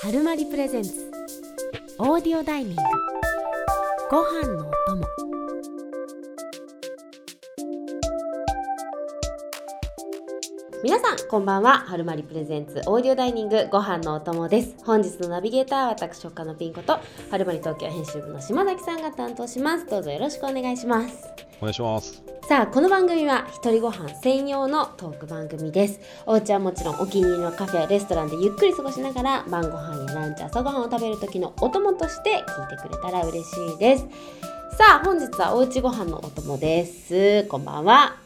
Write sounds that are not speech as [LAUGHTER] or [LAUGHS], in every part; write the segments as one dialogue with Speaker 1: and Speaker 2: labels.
Speaker 1: はるまりプレゼンツオーディオダイニングご飯のお供皆さんこんばんははるまりプレゼンツオーディオダイニングご飯のお供です本日のナビゲーターは私岡のピンことはるまり東京編集部の島崎さんが担当しますどうぞよろしくお願いします
Speaker 2: お願いします。
Speaker 1: さあこの番組は一人ご飯専用のトーク番組ですお家はもちろんお気に入りのカフェやレストランでゆっくり過ごしながら晩ご飯やランチ朝ご飯を食べる時のお供として聞いてくれたら嬉しいですさあ本日はおうちご飯のお供ですこんばんは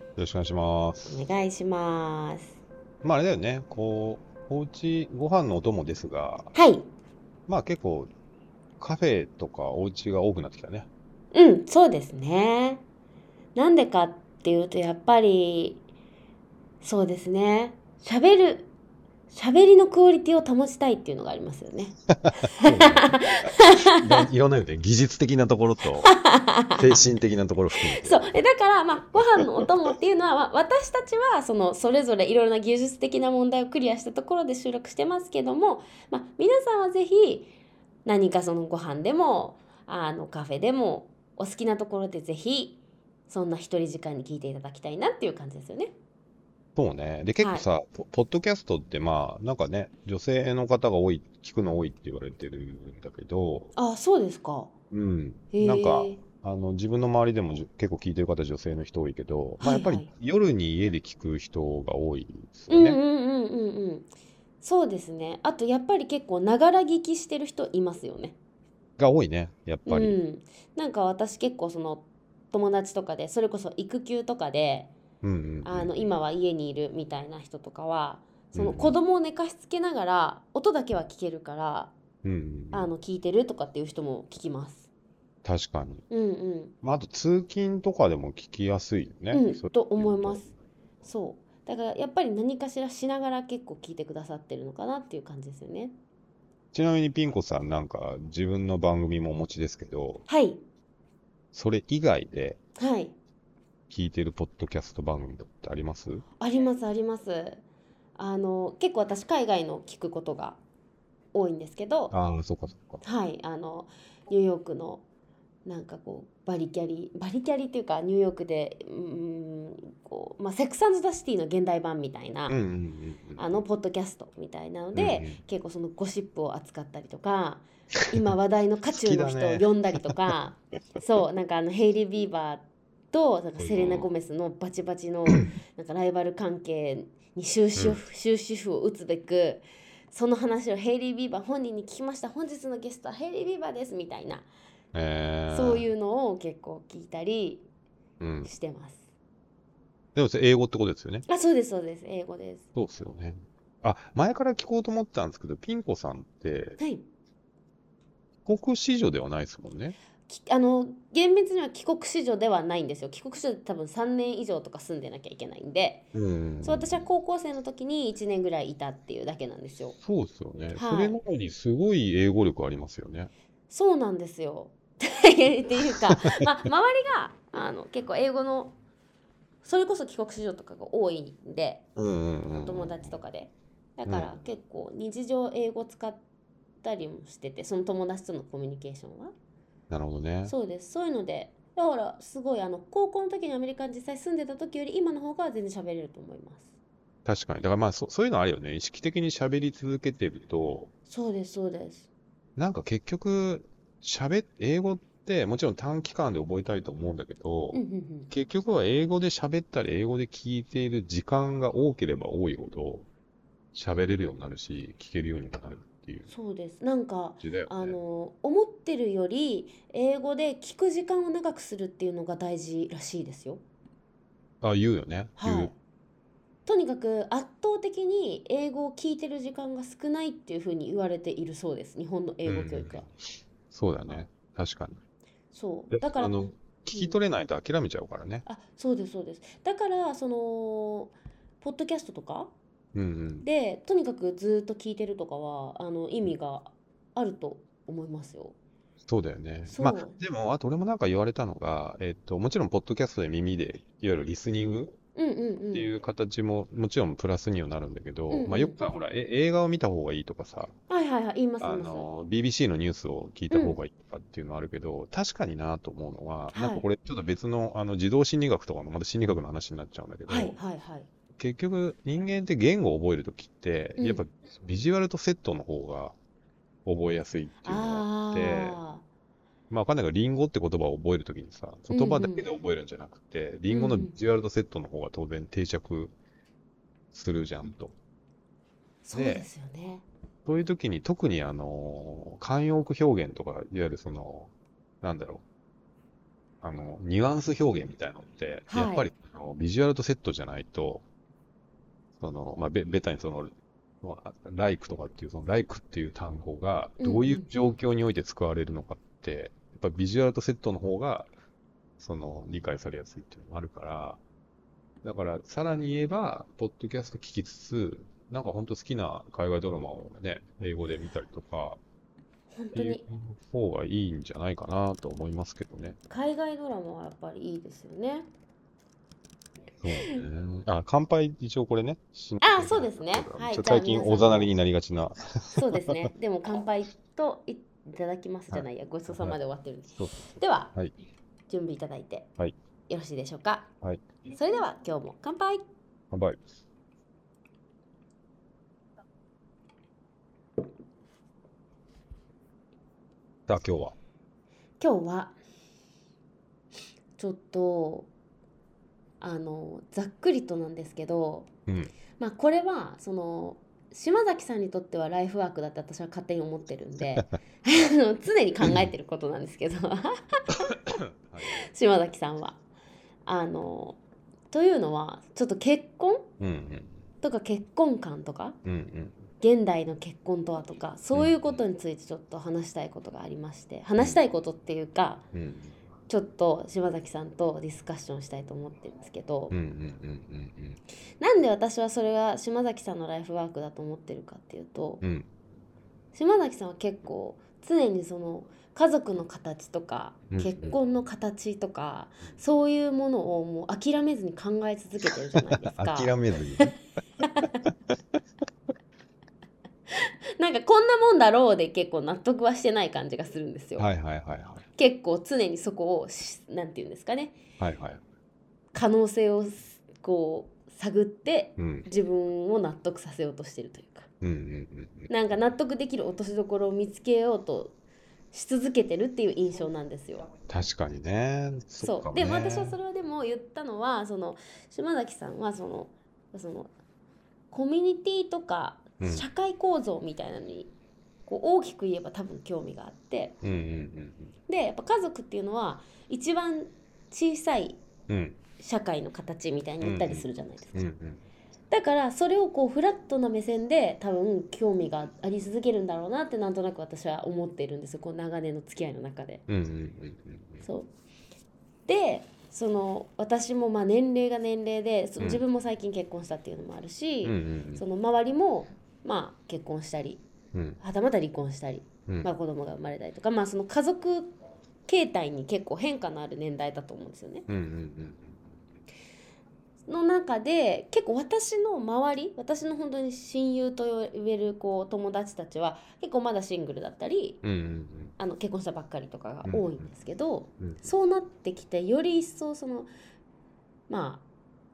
Speaker 2: よろしくお願いします。
Speaker 1: お願いします
Speaker 2: まああれだよね、こう、おうちご飯のお供ですが、
Speaker 1: はい
Speaker 2: まあ結構、カフェとかお家が多くなってきた
Speaker 1: [LAUGHS]
Speaker 2: ね。
Speaker 1: うんそうですねなんでかっていうとやっぱりそうですね喋る喋りのクオリティを保ちたいっていうのがありますよね
Speaker 2: いろいろんなよね、技術的なところ
Speaker 1: [LAUGHS]
Speaker 2: と、精神的なところ含めて。
Speaker 1: そうえだからまあご飯のお供っていうのはわ私たちはそのそれぞれいろいろな技術的な問題をクリアしたところで収録してますけども、まあ、皆さんはぜひ何かそのご飯でもあのカフェでもお好きなところでぜひそんな一人時間に聞いていただきたいなっていう感じですよね。
Speaker 2: そうね。で、結構さ、ポポッドキャストってまあ、なんかね、女性の方が多い、聞くの多いって言われてるんだけど、
Speaker 1: あそうですか。
Speaker 2: うん。
Speaker 1: へえ
Speaker 2: なんか、あの、自分の周りでもじゅ結構聞いてる方女性の人多いけど、まあやっぱ
Speaker 1: はい
Speaker 2: り
Speaker 1: は
Speaker 2: 夜に家で聞く人が多いです
Speaker 1: う
Speaker 2: よ
Speaker 1: ん
Speaker 2: ね
Speaker 1: う。んうんうんうん。そうですね。あとやっぱり結構ながら聞きしてる人いますよね。
Speaker 2: が多いね、やっぱり。
Speaker 1: うん、なんか私結構その友達とかでそれこそ育休とかで
Speaker 2: うんうんうん
Speaker 1: あの今は家にいるみたいな人とかはその
Speaker 2: うんうん
Speaker 1: 子供を寝かしつけながら音だけは聞けるから
Speaker 2: うんうんうん
Speaker 1: あの聞いてるとかっていう人も聞きます。
Speaker 2: 確かに。
Speaker 1: うんうん
Speaker 2: まあ、あと通勤とかでも聞きやすいよね。
Speaker 1: うん
Speaker 2: それ
Speaker 1: と思います。そうだからやっぱり何かしらしながら結構聞いてくださってるのかなっていう感じですよね。
Speaker 2: ちなみにピン子さん、なんか自分の番組もお持ちですけど、
Speaker 1: はい
Speaker 2: それ以外で
Speaker 1: はい
Speaker 2: 聞いてるポッドキャスト番組とかってあります
Speaker 1: ありますあります。あの結構私海外の聞くことが多いんですけど。
Speaker 2: ああ、そうかそうか。
Speaker 1: はい、あのニューヨークのなんかこうバリキャリバリキャリっていうかニューヨークでうーんこう、まあ、セックスザ・シティの現代版みたいな、
Speaker 2: うんうんうんうん。
Speaker 1: あのポッドキャストみたいなの
Speaker 2: うんうん
Speaker 1: で、結構そのゴシップを扱ったりとか今話題の渦中の人
Speaker 2: 好きだ
Speaker 1: を
Speaker 2: ね
Speaker 1: 呼んだりと
Speaker 2: [LAUGHS]
Speaker 1: か、そうなんかあのヘイリー・ビーバーとなんかセレナ・ゴメスのバチバ
Speaker 2: [LAUGHS]
Speaker 1: チのなんかライバル関係に終止符終止符を打つべくその話をヘイリー・ビーバー本人に聞きました本日のゲストはヘイリー・ビーバーですみたいな
Speaker 2: えー
Speaker 1: そういうのを結構聞いたり
Speaker 2: うん。
Speaker 1: してます。
Speaker 2: でもそれ英語ってことですよね。
Speaker 1: あそうですそうです英語です。
Speaker 2: そうですよね。あ、前から聞こうと思ってたんですけど、ピン子さんって
Speaker 1: はい
Speaker 2: 帰国子女ではないですもんね。
Speaker 1: きあの厳密には帰国子女ではないんですよ帰国子女って多分3年以上とか住んでなきゃいけないんで、
Speaker 2: うん
Speaker 1: そう私は高校生の時に1年ぐらいいたっていうだけなんですよ
Speaker 2: そうですよね。
Speaker 1: はい
Speaker 2: それなのにすごい英語力ありますよね。
Speaker 1: そうなんですよ [LAUGHS] っていうか、ま、周りがあの結構英語のそれこそ帰国子女とかが多いんで
Speaker 2: うんうんうん
Speaker 1: お友達とかでだから
Speaker 2: うん
Speaker 1: 結構日常英語使ったりもしててその友達とのコミュニケーションは
Speaker 2: なるほどね。
Speaker 1: そうですそういうのでだからすごいあの高校の時にアメリカに実際住んでた時より今の方が全然喋れると思います
Speaker 2: 確かに。だからまあそ、そういうのあるよね。意識的に喋り続けてると、
Speaker 1: そうですそうです
Speaker 2: なんか結局、喋っ、英語ってもちろん短期間で覚えたいと思うんだけど
Speaker 1: うん、うんうん
Speaker 2: 結局は英語で喋ったり、英語で聞いている時間が多ければ多いほど、喋れるようになるし、聞けるようになるっていう
Speaker 1: そうですなんか
Speaker 2: 感じだよ
Speaker 1: あ
Speaker 2: ね。
Speaker 1: の思ってるより英語で聞く時間を長くするっていうのが大事らしいですよ
Speaker 2: あ、言うよね。言
Speaker 1: は
Speaker 2: う
Speaker 1: い。とにかく圧倒的に英語を聞いてる時間が少ないっていうふうに言われているそうです日本の英語教育は、
Speaker 2: そうだね。確かに。
Speaker 1: そう
Speaker 2: で
Speaker 1: だから
Speaker 2: あの、聞き取れないと諦めちゃうからね。
Speaker 1: あそうですそうですだからそのポッドキャストとか
Speaker 2: うんうん。
Speaker 1: でとにかくずっと聞いてるとかはあの意味があると思いますよ。
Speaker 2: そうだよね。
Speaker 1: そう
Speaker 2: まあ、でも、あと俺もなんか言われたのが、えっと、もちろん、ポッドキャストで耳で、いわゆるリスニング
Speaker 1: うんうんうん
Speaker 2: っていう形ももちろんプラスにはなるんだけど、
Speaker 1: うんうん
Speaker 2: まあ、よくさほらえ映画を見た方がいいとかさ
Speaker 1: はいはいはい言います言
Speaker 2: あ
Speaker 1: いま
Speaker 2: の BBC のニュースを聞いた方がいいとかっていうのはあるけど、確かになと思うのは、
Speaker 1: はい
Speaker 2: なんかこれちょっと別のあの児童心理学とかのまた心理学の話になっちゃうんだけど、
Speaker 1: すはいはいはい
Speaker 2: 結局人間って言語を覚えるときって、
Speaker 1: うん
Speaker 2: やっぱビジュアルとセットの方が覚えやすいっていうのが
Speaker 1: ああ
Speaker 2: まあ、わかんないけど、リンゴって言葉を覚えるときにさ、言葉だけで覚えるんじゃなくて、リンゴのビジュアルとセットの方が当然定着するじゃんと。
Speaker 1: そうですよね
Speaker 2: そういうときに特にあの、慣用句表現とか、いわゆるその、なんだろう、あの、ニュアンス表現みたいなのって、
Speaker 1: はい
Speaker 2: やっぱりあのビジュアルとセットじゃないと、その、まあ、べ、べたにその、まあライクとかっていう、そのライクっていう単語がどういう状況において使われるのかって、やっぱビジュアルとセットの方が、その、理解されやすいっていうのもあるから、だから、さらに言えば、ポッドキャスト聞きつつ、なんか本当好きな海外ドラマをね、英語で見たりとか、
Speaker 1: 本
Speaker 2: って
Speaker 1: 当
Speaker 2: いう
Speaker 1: に
Speaker 2: 方がいいんじゃないかなと思いますけどね。
Speaker 1: 海外ドラマはやっぱりいいですよね
Speaker 2: そうね。あ、乾杯、一応これね。
Speaker 1: あそうですねはい
Speaker 2: ちょっと最
Speaker 1: じ
Speaker 2: 近
Speaker 1: ゃあ皆さんも
Speaker 2: おざなりになりがちな。
Speaker 1: そうですねでも乾杯といいただきますじゃないやごちそうさまで終わってるんで
Speaker 2: そう
Speaker 1: では、
Speaker 2: はい
Speaker 1: 準備いただいて、
Speaker 2: はい
Speaker 1: よろしいでしょうか、
Speaker 2: はい
Speaker 1: それでは今日も乾杯
Speaker 2: 乾杯。さあ、今日は。
Speaker 1: 今日はちょっとあのざっくりとなんですけど、
Speaker 2: うん
Speaker 1: まあこれはその島崎さんにとってはライフワークだって私は勝手に思ってるん
Speaker 2: [LAUGHS]
Speaker 1: であの常に考えてることなんですけど [LAUGHS]
Speaker 2: はい
Speaker 1: 島崎さんは。あのというのはちょっと結婚
Speaker 2: うんうん。
Speaker 1: とか結婚観とか
Speaker 2: うんうん。
Speaker 1: 現代の結婚とはとかそういうことについてちょっと話したいことがありまして話したいことっていうか
Speaker 2: うん
Speaker 1: ちょっと島崎さんとディスカッションしたいと思ってるんですけど
Speaker 2: うんうんうんうん
Speaker 1: なんで私はそれが島崎さんのライフワークだと思ってるかっていうと
Speaker 2: うんうん。
Speaker 1: 島崎さんは結構常にその家族の形とか
Speaker 2: うん
Speaker 1: 結婚の形とかそういうものをもう諦めずに考え続けてるじゃないですか。
Speaker 2: 諦めずにね。
Speaker 1: [LAUGHS] なんかこんなもんだろうで結構納得はしてない感じがするんですよ。
Speaker 2: はいはいはいはい。
Speaker 1: 結構常にそこをしなんて言うんですかね
Speaker 2: はいはい。
Speaker 1: 可能性をこう探って
Speaker 2: うん。
Speaker 1: 自分を納得させようとしてるというか
Speaker 2: うんうんうんうん。
Speaker 1: なんか納得できる落としどころを見つけようとし続けてるっていう印象なんですよ。
Speaker 2: 確かにね。
Speaker 1: そう
Speaker 2: っかも
Speaker 1: で
Speaker 2: ね
Speaker 1: 私はそれはでも言ったのはその島崎さんはそのそのコミュニティとか
Speaker 2: うん
Speaker 1: 社会構造みたいなのに、こう大きく言えば多分興味があって
Speaker 2: うんうん
Speaker 1: でやっぱ家族っていうのは一番小さい
Speaker 2: うんうん。
Speaker 1: 社会の形みたいに言ったりするじゃないですか、
Speaker 2: うんうん
Speaker 1: だからそれをこうフラットな目線で多分興味があり続けるんだろうなってなんとなく私は思っているんですよこう長年の付き合いの中で。
Speaker 2: うんうんうんうん
Speaker 1: そうでその私もまあ年齢が年齢でそ
Speaker 2: うん
Speaker 1: 自分も最近結婚したっていうのもあるし、
Speaker 2: うんうん
Speaker 1: その周りもまあ結婚したり
Speaker 2: うん
Speaker 1: はたまた離婚したり、
Speaker 2: うん
Speaker 1: まあ、子供が生まれたりとか、まあ、その家族形態に結構変化のある年代だと思うんですよね。
Speaker 2: うんうん
Speaker 1: の中で結構私の周り私の本当に親友と言えるこう友達たちは結構まだシングルだったり
Speaker 2: うんうんうん
Speaker 1: あの結婚したばっかりとかが多いんですけど、
Speaker 2: うん
Speaker 1: そうなってきてより一層そのまあ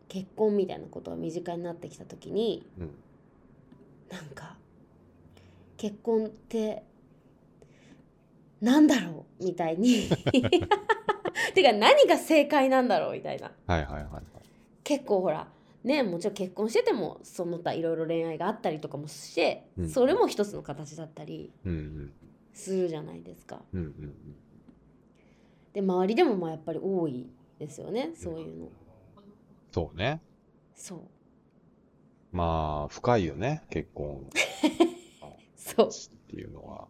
Speaker 1: 結婚みたいなことが身近になってきた時に
Speaker 2: うん
Speaker 1: なんか結婚ってなんだろうみたいに [LAUGHS] てか何が正解なんだろうみたいな。
Speaker 2: はいはいはいはい
Speaker 1: 結構ほらねもちろん結婚しててもその他いろいろ恋愛があったりとかもして、
Speaker 2: うん
Speaker 1: それも一つの形だったり
Speaker 2: うんうん
Speaker 1: するじゃないですか。
Speaker 2: うんうん
Speaker 1: で周りでもまあやっぱり多いですよねそういうの。
Speaker 2: そうね
Speaker 1: そう
Speaker 2: まあ深いよね結婚
Speaker 1: そう
Speaker 2: っていうのは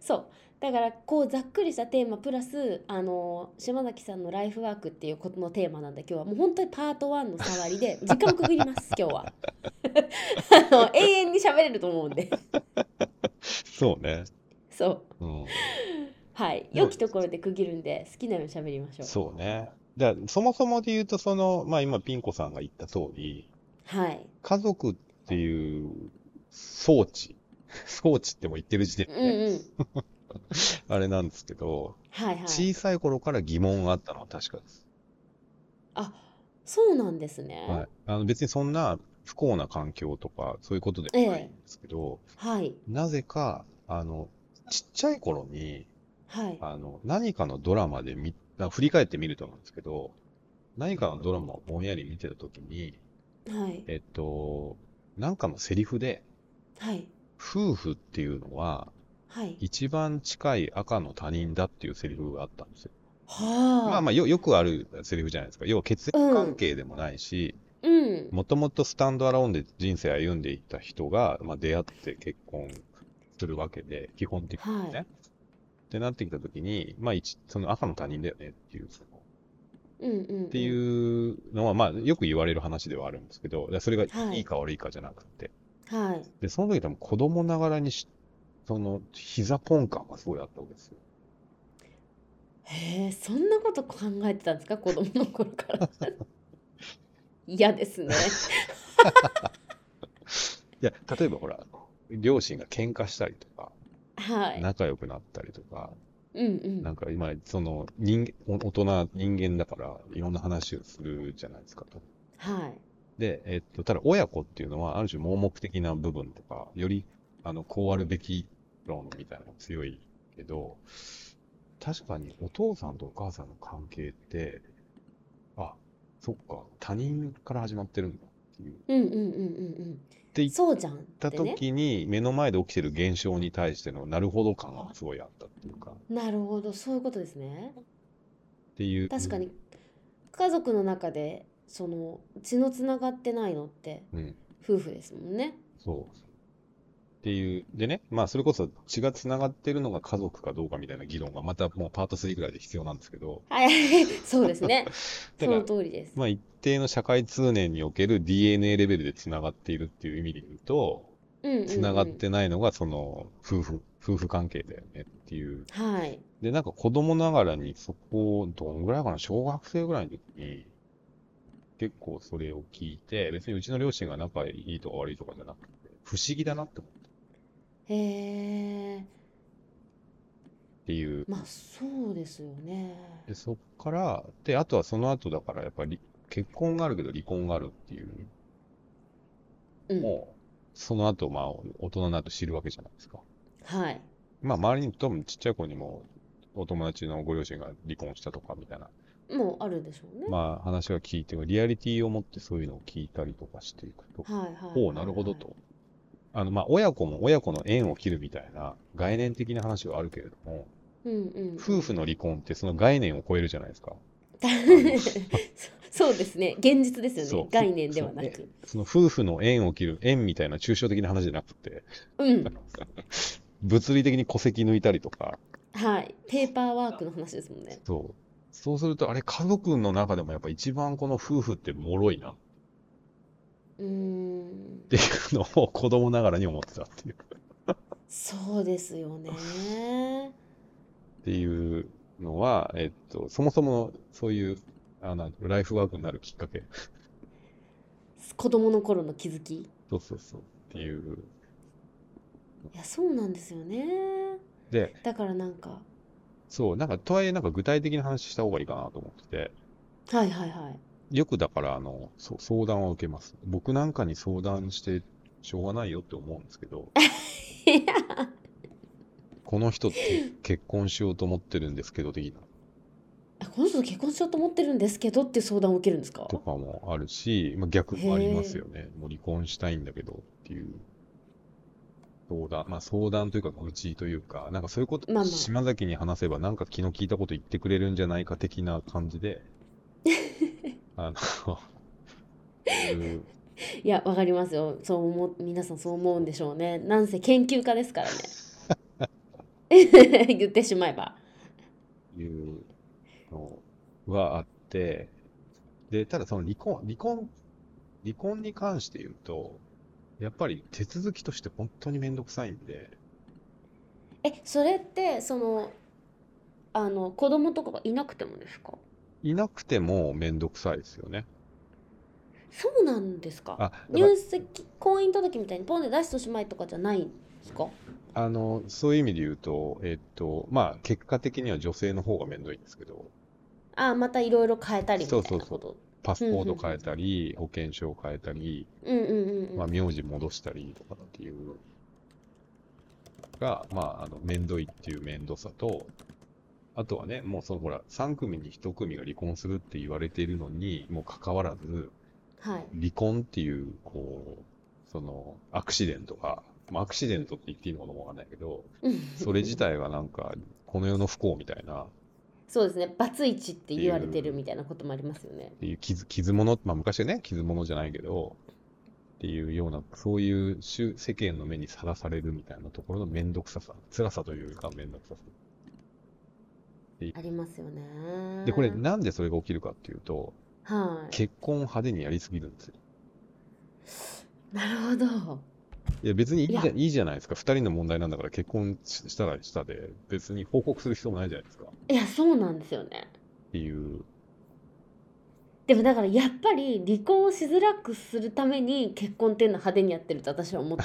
Speaker 1: そうだからこうざっくりしたテーマプラスあの島崎さんのライフワークっていうことのテーマなんで今日はもう本当にパート1の触り
Speaker 2: [LAUGHS]
Speaker 1: で時間をくぐります今日は。あの永遠に喋れると思うんで
Speaker 2: そうね
Speaker 1: そう
Speaker 2: うん
Speaker 1: はい良きところで区切るんで好きなように喋りましょう。
Speaker 2: そうねじゃあ、そもそもで言うと、その、まあ今、ピン子さんが言った通り、
Speaker 1: はい。
Speaker 2: 家族っていう装置、装置っても言ってる時点
Speaker 1: う
Speaker 2: で
Speaker 1: んうん。
Speaker 2: あれなんですけど、
Speaker 1: はいはい。
Speaker 2: 小さい頃から疑問があったのは確かです。
Speaker 1: あ、そうなんですね。
Speaker 2: はい。あの別にそんな不幸な環境とか、そういうことではないんですけど、
Speaker 1: はい。
Speaker 2: なぜか、あの、ちっちゃい頃に、
Speaker 1: はい。
Speaker 2: あの、何かのドラマで見、あ振り返ってみると思うんですけど、何かのドラマをぼんやり見てたときに、
Speaker 1: はい。
Speaker 2: えっと、なんかのセリフで、
Speaker 1: はい。
Speaker 2: 夫婦っていうのは
Speaker 1: はい。
Speaker 2: 一番近い赤の他人だっていうセリフがあったんですよ。
Speaker 1: はあ。
Speaker 2: まあまあよ、よくあるセリフじゃないですか。要は血縁関係でもないし、
Speaker 1: うん。
Speaker 2: もともとスタンドアローンで人生歩んでいった人が、まあ、出会って結婚するわけで、基本的にね。
Speaker 1: は
Speaker 2: ってなってきたときに、まあ一、その赤の他人だよねっていう、そ
Speaker 1: う
Speaker 2: の
Speaker 1: んうん。っ
Speaker 2: っていうのは、まあ、よく言われる話ではあるんですけど、いやそれが
Speaker 1: はい
Speaker 2: いいか悪いかじゃなくて。
Speaker 1: はい。
Speaker 2: で、その時多分子供ながらにし、その、膝ポン感がすごいあったわけですよ。
Speaker 1: へえ、そんなこと考えてたんですか、 [LAUGHS] 子供の頃
Speaker 2: [LAUGHS]
Speaker 1: から。嫌ですね。
Speaker 2: いや、例えばほら、両親が喧嘩したりとか、
Speaker 1: はい。
Speaker 2: 仲良くなったりとか、
Speaker 1: うんうん。
Speaker 2: なんか今、その、人間、お大人、人間だから、いろんな話をするじゃないですかと。
Speaker 1: はい。
Speaker 2: で、えっと、ただ親子っていうのは、ある種盲目的な部分とか、より、あの、こうあるべき論みたいなのが強いけど、確かにお父さんとお母さんの関係って、あ、そっか、他人から始まってるんだっていう。
Speaker 1: うんうんうんうんう
Speaker 2: て言
Speaker 1: ん。
Speaker 2: っ
Speaker 1: そうじゃん。ったてね。
Speaker 2: 時に、目の前で起きてる現象に対しての、なるほど感がすごいあったっていうか、っ
Speaker 1: なるほど、そういうことですね。
Speaker 2: ていう。
Speaker 1: 確かに。家族の中で、その血のつながってないのって
Speaker 2: うん。
Speaker 1: 夫婦ですもんね。
Speaker 2: そう。っていう。でね、まあ、それこそ血が繋がってるのが家族かどうかみたいな議論が、またもうパート3ぐらいで必要なんですけど、
Speaker 1: はい、 [LAUGHS] そうです
Speaker 2: [LAUGHS]
Speaker 1: ね。
Speaker 2: だ
Speaker 1: そ
Speaker 2: から
Speaker 1: の通りです。
Speaker 2: まあ、一定の社会通念における DNA レベルで繋がっているっていう意味で言うと、
Speaker 1: うんうんうん。
Speaker 2: 繋がってないのが、その、夫婦、夫婦関係だよねっていう。
Speaker 1: はい。
Speaker 2: で、なんか子供ながらにそこを、どんぐらいかな、小学生ぐらいの時に、結構それを聞いて、別にうちの両親が仲いいとか悪いとかじゃなくて、不思議だなって思った
Speaker 1: へ
Speaker 2: っ
Speaker 1: え。
Speaker 2: ていう。
Speaker 1: まあそうですよね。
Speaker 2: で、そっから、で、あとはその後だから、やっぱり結婚があるけど離婚があるっていう
Speaker 1: うん。
Speaker 2: のを、その後、まあ、大人になると知るわけじゃないですか。
Speaker 1: はい。
Speaker 2: まあ、周りに多分ちっちゃい子にも、お友達のご両親が離婚したとかみたいな、
Speaker 1: もうあるでしょうね。
Speaker 2: まあ、話は聞いて、リアリティを持ってそういうのを聞いたりとかしていくと、
Speaker 1: はいはい
Speaker 2: おお、
Speaker 1: はい
Speaker 2: なるほど
Speaker 1: はい。
Speaker 2: と。あの、まあ、親子も親子の縁を切るみたいな概念的な話はあるけれども、
Speaker 1: うんうん。 [LAUGHS]
Speaker 2: 夫婦の離婚ってその概念を超えるじゃないですか。
Speaker 1: そそうですね。現実です
Speaker 2: そ
Speaker 1: よ
Speaker 2: う
Speaker 1: ね。概念ではなく。
Speaker 2: その夫婦の縁を切る、縁みたいな抽象的な話じゃなくて、
Speaker 1: うん。
Speaker 2: 物理的に戸籍抜いたりとか、
Speaker 1: はい。ペーパーワークの話ですもんね。
Speaker 2: そう。そうすると、あれ、家族の中でもやっぱ一番この夫婦って脆いなっ
Speaker 1: うーん。
Speaker 2: ていうのを子供ながらに思ってたっていう、
Speaker 1: そうですよね。
Speaker 2: っていうのは、えっと、そもそもそういう、あの、ライフワークになるきっかけ。
Speaker 1: 子供の頃の気づき。い
Speaker 2: そうそうそう。っていう。
Speaker 1: や、そうなんですよね。
Speaker 2: で、
Speaker 1: だからなんか。
Speaker 2: そう、なんか、とはいえ、なんか具体的な話した方がいいかなと思ってて、
Speaker 1: はいはいはい。
Speaker 2: よくだから、あの、そう相談を受けます。僕なんかに相談してしょうがないよって思うんですけど、
Speaker 1: [LAUGHS] いや
Speaker 2: この人って結婚しようと思ってるんですけど、的な
Speaker 1: この人と結婚しようと思ってるんですけどっていう相談を受けるんですか
Speaker 2: とかもあるし、まあ、逆もありますよね。もう離婚したいんだけどっていう相談、まあ相談というか愚痴というか、なんかそういうこと、
Speaker 1: まあまあ
Speaker 2: 島崎に話せばなんか気の利いたこと言ってくれるんじゃないか的な感じ
Speaker 1: [LAUGHS]
Speaker 2: で、あの、うん
Speaker 1: いや、わかりますよ。そう思う、皆さんそう思うんでしょうね。なんせ研究家ですから
Speaker 2: [LAUGHS]
Speaker 1: ね。言ってしまえば。
Speaker 2: いうのはあって、で、ただその離婚、離婚、離婚に関して言うと、やっぱり手続きとして本当にめんどくさいんで、
Speaker 1: え、それって、その、あの、子供とかがいなくてもですか
Speaker 2: いなくてもめんどくさいですよね。
Speaker 1: そうなんですか。
Speaker 2: あ、だから
Speaker 1: 入籍婚姻届みたいにポンで出しておしまいとかじゃないんですか。
Speaker 2: あの、そういう意味で言うと、えっと、まあ、結果的には女性の方がめんどいんですけど、
Speaker 1: ああ、またいろいろ変えたりみたいな
Speaker 2: そうそ
Speaker 1: こ
Speaker 2: う
Speaker 1: と。
Speaker 2: パスポート変えたり、保険証変えたり、
Speaker 1: うんうんうん
Speaker 2: ま
Speaker 1: うん。
Speaker 2: あ、名字戻したりとかっていうのが、まあ、あの、めんどいっていうめんどさと、あとはね、もうそのほら、3組に1組が離婚するって言われているのにもかかわらず、
Speaker 1: はい。
Speaker 2: 離婚っていう、こう、その、アクシデントが、まあ、アクシデントって言っていいのかもわかんないけど、それ自。体はなんか、この世の不幸みたいな、
Speaker 1: そうですね。バツイチって言われてるみたいなこともありますよね
Speaker 2: っ。ていう傷、傷物、まあ昔はね、傷物じゃないけど、っていうような、そういう周世間の目にさらされるみたいなところの面倒くささ、辛さというか面倒くささ。
Speaker 1: ありますよね。
Speaker 2: で、これなんでそれが起きるかっていうと、
Speaker 1: はい。
Speaker 2: 結婚を派手にやりすぎるんですよ。
Speaker 1: なるほど。
Speaker 2: いや別にいいじゃ
Speaker 1: いや
Speaker 2: いいじゃないですか。二人の問題なんだから結婚ししたらしたで、別に報告する必要もないじゃないですか。っ
Speaker 1: いや、そうなんですよね。
Speaker 2: ていう。
Speaker 1: でもだからやっぱり離婚をしづらくするために結婚っていうのは派手にやってると私は思って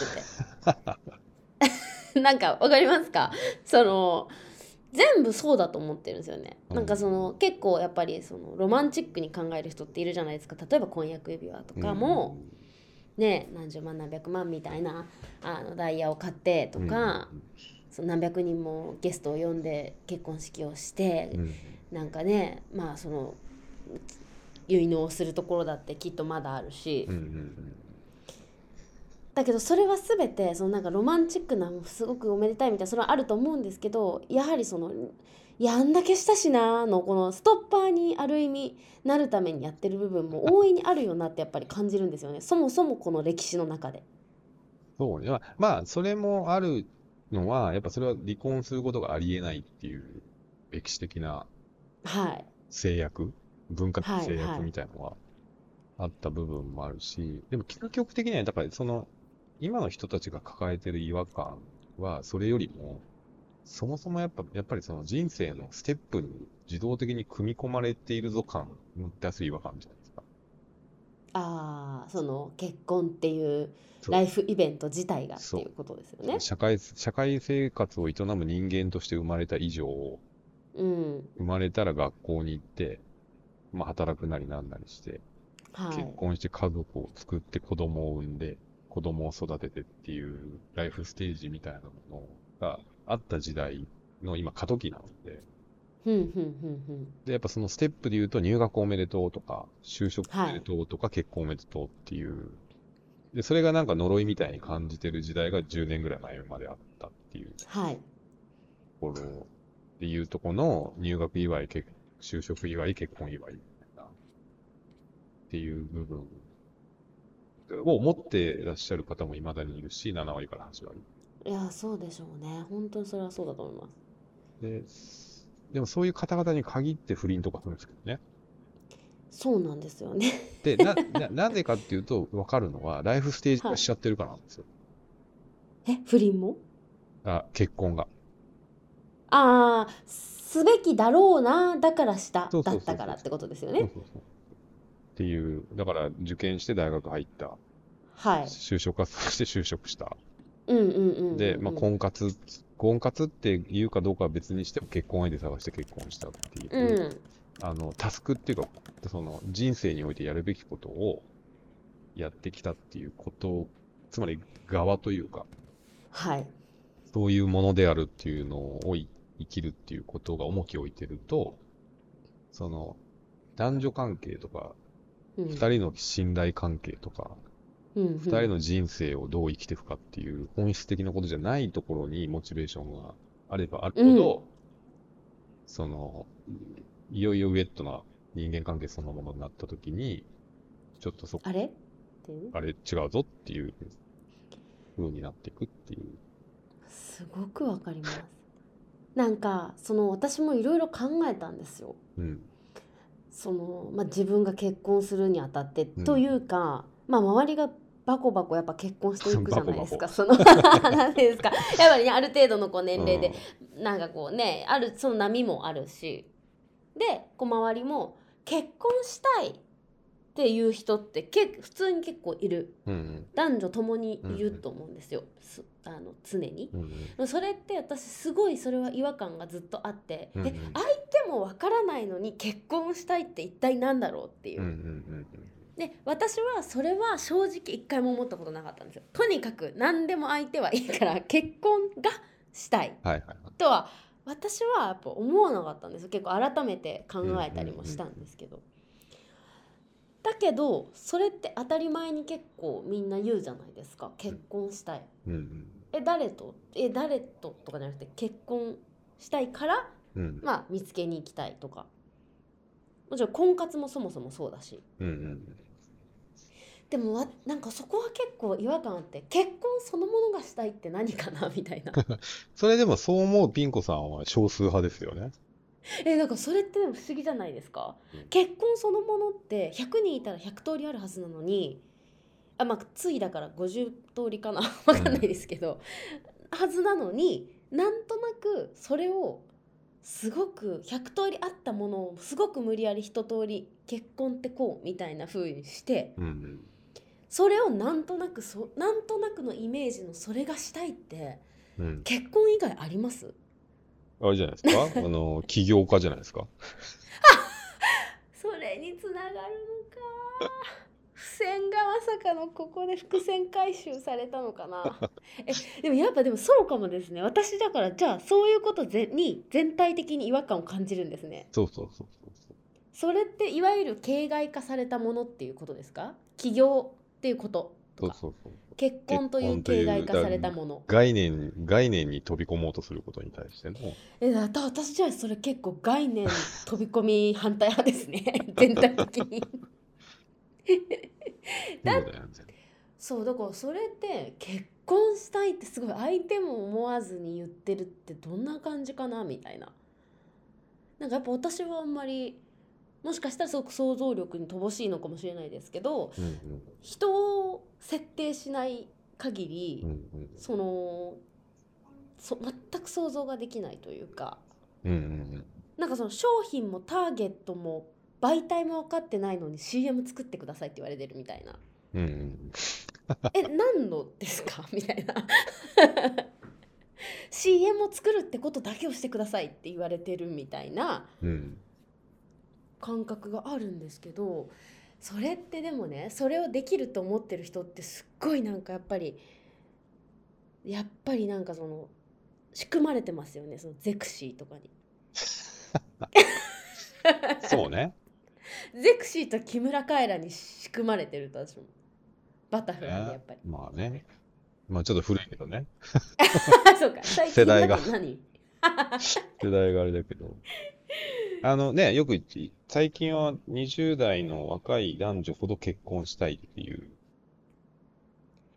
Speaker 1: てなんかわかりますかその全部そうだと思ってるんですよね、
Speaker 2: うん
Speaker 1: なんかその結構やっぱりそのロマンチックに考える人っているじゃないですか例えば婚約指輪とかも、ね何十万何百万みたいなあのダイヤを買ってと
Speaker 2: うん、
Speaker 1: か、その何百人もゲストを呼んで結婚式をして
Speaker 2: うん、うん
Speaker 1: なんかねまあその結納をするところだってきっとまだあるし、
Speaker 2: うん、うん
Speaker 1: だけどそれは全てそのなんかロマンチックなすごくおめでたいみたいなそれはあると思うんですけどやはりその「いやあんだけしたしな」のこのストッパーにある意味なるためにやってる部分も大いにあるよなってやっぱり感じるんですよねそもそもこの歴史の中で。
Speaker 2: そうね。まあ、まあそれもあるのは、やっぱそれは離婚することがありえないっていう歴史的な
Speaker 1: はい、
Speaker 2: 制約、文化的制
Speaker 1: はいはい
Speaker 2: 約みたいのはあった部分もあるし、でも究極的には、だからその、今の人たちが抱えてる違和感は、それよりも、そもそもやっぱ、やっぱりその人生のステップに自動的に組み込まれているぞ感を出す違和感じゃないですか。
Speaker 1: あーその結婚っていう
Speaker 2: そう
Speaker 1: ライフイベント自体がって
Speaker 2: そう
Speaker 1: いうことですよね。
Speaker 2: 社会、社会生活を営む人間として生まれた以上、
Speaker 1: うん、
Speaker 2: 生まれたら学校に行って、まあ、働くなりなんなりして、
Speaker 1: は
Speaker 2: 結
Speaker 1: い、
Speaker 2: 婚して家族を作って子供を産んで、子供を育ててっていうライフステージみたいなものがあった時代の今過渡期なので、
Speaker 1: ふんふんふんふん
Speaker 2: で、やっぱそのステップで言うと入学おめでとうとか、就職おめでとうとか、結婚おめでとうっていう、で、それがなんか呪いみたいに感じてる時代が10年ぐらい前まであったっていう。
Speaker 1: はい
Speaker 2: ところでいうとこの入学祝い、結就職祝い、結婚祝いみたいな、っていう部分を持ってらっしゃる方もいまだにいるし、7割から8割。
Speaker 1: いやそうでしょうね本当にそれはそうだと思います
Speaker 2: で、でもそういう方々に限って不倫とかするんですけどね。
Speaker 1: そうなんですよね [LAUGHS]
Speaker 2: で、な、な、なぜかっていうと、わかるのは、ライフステージ化しちゃってるからなんですよ。
Speaker 1: え不倫も
Speaker 2: あ、結婚が。
Speaker 1: ああすべきだろうなだからした
Speaker 2: そうそう
Speaker 1: だ
Speaker 2: そう
Speaker 1: っ
Speaker 2: そう
Speaker 1: たからってことですよ
Speaker 2: そう
Speaker 1: ね
Speaker 2: そうそう。っていう、だから受験して大学入った。
Speaker 1: はい
Speaker 2: 就職活動して就職した。
Speaker 1: うんうんうんうんうん
Speaker 2: で、まあ、婚活、婚活って言うかどうかは別にしても結婚相手探して結婚したっていうう、
Speaker 1: ん
Speaker 2: あの、タスクっていうか、その人生においてやるべきことをやってきたっていうこと、つまり側というか、
Speaker 1: はい
Speaker 2: そういうものであるっていうのをい生きるっていうことが重きを置いてると、その、男女関係とか、
Speaker 1: うん
Speaker 2: 二人の信頼関係と
Speaker 1: う
Speaker 2: か、
Speaker 1: んうん
Speaker 2: 二人の人生をどう生きていくかっていう本質的なことじゃないところにモチベーションがあればあるほど、その、いよいよウェットな人間関係そのものになった時に、ちょっとそこ、
Speaker 1: あれっていう
Speaker 2: あれ違うぞっていう風になっていくっていう。
Speaker 1: すごくわかりますなんかその私もいろいろ考えたんですよ
Speaker 2: うん。
Speaker 1: その、まあ、自分が結婚するにあたってというか、まあ、周りがバコバコやっぱ結婚していくじゃないですかその [LAUGHS] なんていうんですかやっぱりねある程度のこう年齢で、なんかこうねあるその波もあるしでこう周りも結婚したいっていう人ってけ普通に結構いる
Speaker 2: うん
Speaker 1: 男女ともにい
Speaker 2: うんう
Speaker 1: る
Speaker 2: ん
Speaker 1: と思うんですよ、すあの常に。
Speaker 2: うんうん
Speaker 1: それって私すごいそれは違和感がずっとあって、
Speaker 2: うんうん
Speaker 1: え相手もわからないのに結婚したいって一体何だろうっていう、
Speaker 2: うんうんうんうん
Speaker 1: で私はそれは正直一回も思ったことなかったんですよとにかく何でも相手はいいから結婚がしたい
Speaker 2: はいはいはい
Speaker 1: とは私はやっぱ思わなかったんですよ結構改めて考えたりもしたんですけど、だけどそれって当たり前に結構みんな言うじゃないですか結婚したい、
Speaker 2: うんうん
Speaker 1: え誰とえ誰ととかじゃなくて結婚したいから
Speaker 2: うん
Speaker 1: まあ見つけに行きたいとかもちろん婚活もそもそもそうだし
Speaker 2: うんうん
Speaker 1: でもわなんかそこは結構違和感あって結婚そのものがしたいって何かなみたいな
Speaker 2: それでもそう思うピン子さんは少数派ですよね。
Speaker 1: えなんかそれってでも不思議じゃないですか
Speaker 2: うん
Speaker 1: 結婚そのものって100人いたら100通りあるはずなのにあまあついだから50通りかな [LAUGHS] わかんないですけどはずなのになんとなくそれをすごく100通りあったものをすごく無理やり一通り結婚ってこうみたいな風にして
Speaker 2: うんうん
Speaker 1: それをなんとなくそなんとなくのイメージのそれがしたいって
Speaker 2: うん、
Speaker 1: 結婚以外あります
Speaker 2: あれじゃないです
Speaker 1: [LAUGHS]
Speaker 2: かあの起業家じゃないですか
Speaker 1: それにつながるのか付箋がまさかのここで伏線回収されたのかなえでもやっぱでもそうかもですね私だからじゃあそういうことぜに全体的に違和感を感じるんですね
Speaker 2: そうそうそうそうそう
Speaker 1: それっていわゆる形骸化されたものっていうことですか起業っていうこと
Speaker 2: そ
Speaker 1: と
Speaker 2: う
Speaker 1: か
Speaker 2: そうそう
Speaker 1: 結婚という
Speaker 2: 結婚と
Speaker 1: 形
Speaker 2: いう
Speaker 1: 骸化されたもの
Speaker 2: 概念概念に飛び込もうとすることに対しての
Speaker 1: えだだ私じゃあそれ結構概念飛び込み反対派ですね [LAUGHS] 全体的にだ
Speaker 2: そうだよね
Speaker 1: そうだからそれって結婚したいってすごい相手も思わずに言ってるってどんな感じかなみたいななんかやっぱ私はあんまりもしかしたらすごく想像力に乏しいのかもしれないですけど
Speaker 2: うん
Speaker 1: 人を設定しない限り、
Speaker 2: うんうん
Speaker 1: そのそ全く想像ができないというか
Speaker 2: うんうん
Speaker 1: なんかその商品もターゲットも媒体も分かってないのに CM 作ってくださいって言われてるみたいな
Speaker 2: うんうんうん
Speaker 1: え何のですか [LAUGHS] みたいな CM を作るってことだけをしてくださいって言われてるみたいな
Speaker 2: うんうん
Speaker 1: 感覚があるんですけどそれってでもねそれをできると思ってる人ってすっごいなんかやっぱりやっぱりなんかその仕組まれてますよねそのゼクシーとかに。
Speaker 2: そうね
Speaker 1: ゼクシーと木村カエラに仕組まれてると私もバタフライでやっぱり。
Speaker 2: まあねまあちょっと古いけどね
Speaker 1: [LAUGHS] そうか最近
Speaker 2: 世代が
Speaker 1: だって何
Speaker 2: 世代があれだけどあのねよく言って最近は20代の若い男女ほど結婚したいっていう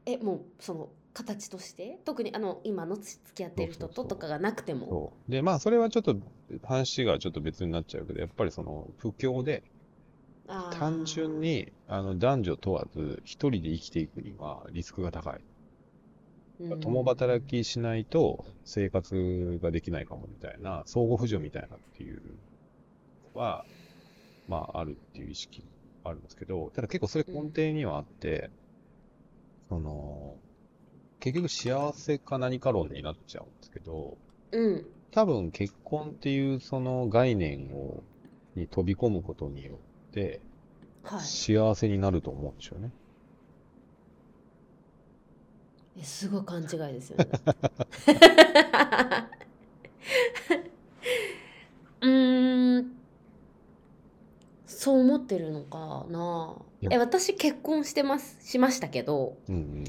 Speaker 1: えもうその形として特にあの今の付き合っている人
Speaker 2: そ
Speaker 1: と
Speaker 2: うそうそう
Speaker 1: とかがなくても
Speaker 2: そう。で、まあ、それはちょっと、話がちょっと別になっちゃうけど、やっぱりその、不況で、
Speaker 1: あー
Speaker 2: 単純に、あの、男女問わず、一人で生きていくには、リスクが高い。
Speaker 1: うん
Speaker 2: 共働きしないと、生活ができないかも、みたいな、相互扶助みたいなっていう、は、まあ、あるっていう意識あるんですけど、ただ結構それ根底にはあって、その、結局幸せか何か論になっちゃうんですけど、
Speaker 1: うん
Speaker 2: 多分結婚っていうその概念を、に飛び込むことによって
Speaker 1: はい
Speaker 2: 幸せになると思うんですよね。
Speaker 1: えすごい勘違いですよ
Speaker 2: [LAUGHS]
Speaker 1: ねうーんそう思ってるのかない
Speaker 2: や
Speaker 1: え私結婚してますしましたけど
Speaker 2: うんうん。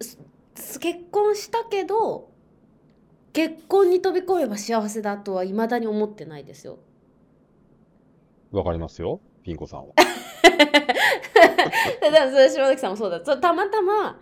Speaker 1: す結婚したけど結婚に飛び込めば幸せだとは未だに思ってないですよ
Speaker 2: わかりますよ、ピン子
Speaker 1: [LAUGHS]
Speaker 2: さんは。
Speaker 1: だからそれ島崎さんもそうだそうたまたま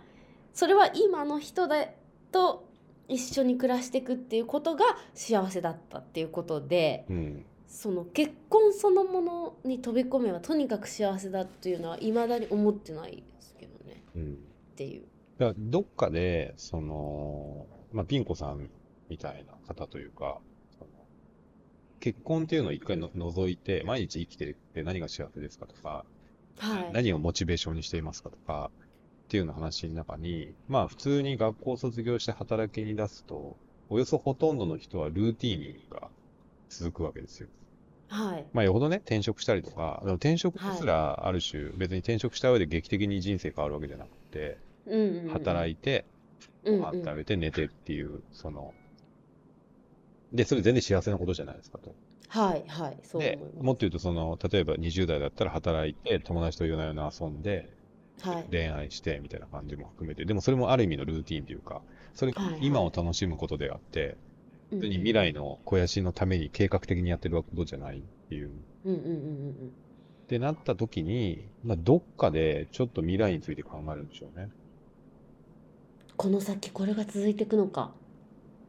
Speaker 1: それは今の人だと一緒に暮らしていくっていうことが幸せだったっていうことで
Speaker 2: うん。
Speaker 1: その結婚そのものに飛び込めばとにかく幸せだっていうのはいまだに思ってないですけどね
Speaker 2: うん。
Speaker 1: っていう。
Speaker 2: だからどっかで、その、まあ、ピン子さんみたいな方というか、その結婚っていうのを一回の除いて、毎日生きてって何が幸せですかとか、
Speaker 1: はい。
Speaker 2: 何をモチベーションにしていますかとか、っていうような話の中に、まあ普通に学校を卒業して働きに出すと、およそほとんどの人はルーティーニングが続くわけですよ。
Speaker 1: はい。
Speaker 2: まあよほどね、転職したりとか、でも転職すらある種、別に転職した上で劇的に人生変わるわけじゃなくて、
Speaker 1: うんうんうん。
Speaker 2: 働いて、
Speaker 1: いうん
Speaker 2: ご飯食べて寝てっていう、その、で、それ全然幸せなことじゃないですかと。
Speaker 1: はいはい。そう
Speaker 2: で
Speaker 1: 思い、
Speaker 2: も
Speaker 1: ま
Speaker 2: っと言うと、その、例えば20代だったら働いて、友達と夜な夜な遊んで、
Speaker 1: す。はい。
Speaker 2: 恋愛してみたいな感じも含めて、でもそれもある意味のルーティンというか、それが
Speaker 1: はいはい
Speaker 2: 今を楽しむことであって、
Speaker 1: うん
Speaker 2: 普通に未来の肥やしのために計画的にやってることじゃないっていう。
Speaker 1: うんうんうんうん
Speaker 2: ってなった時に、まあ、どっかでちょっと未来について考えるんでしょうね。
Speaker 1: この先これが続いていくのか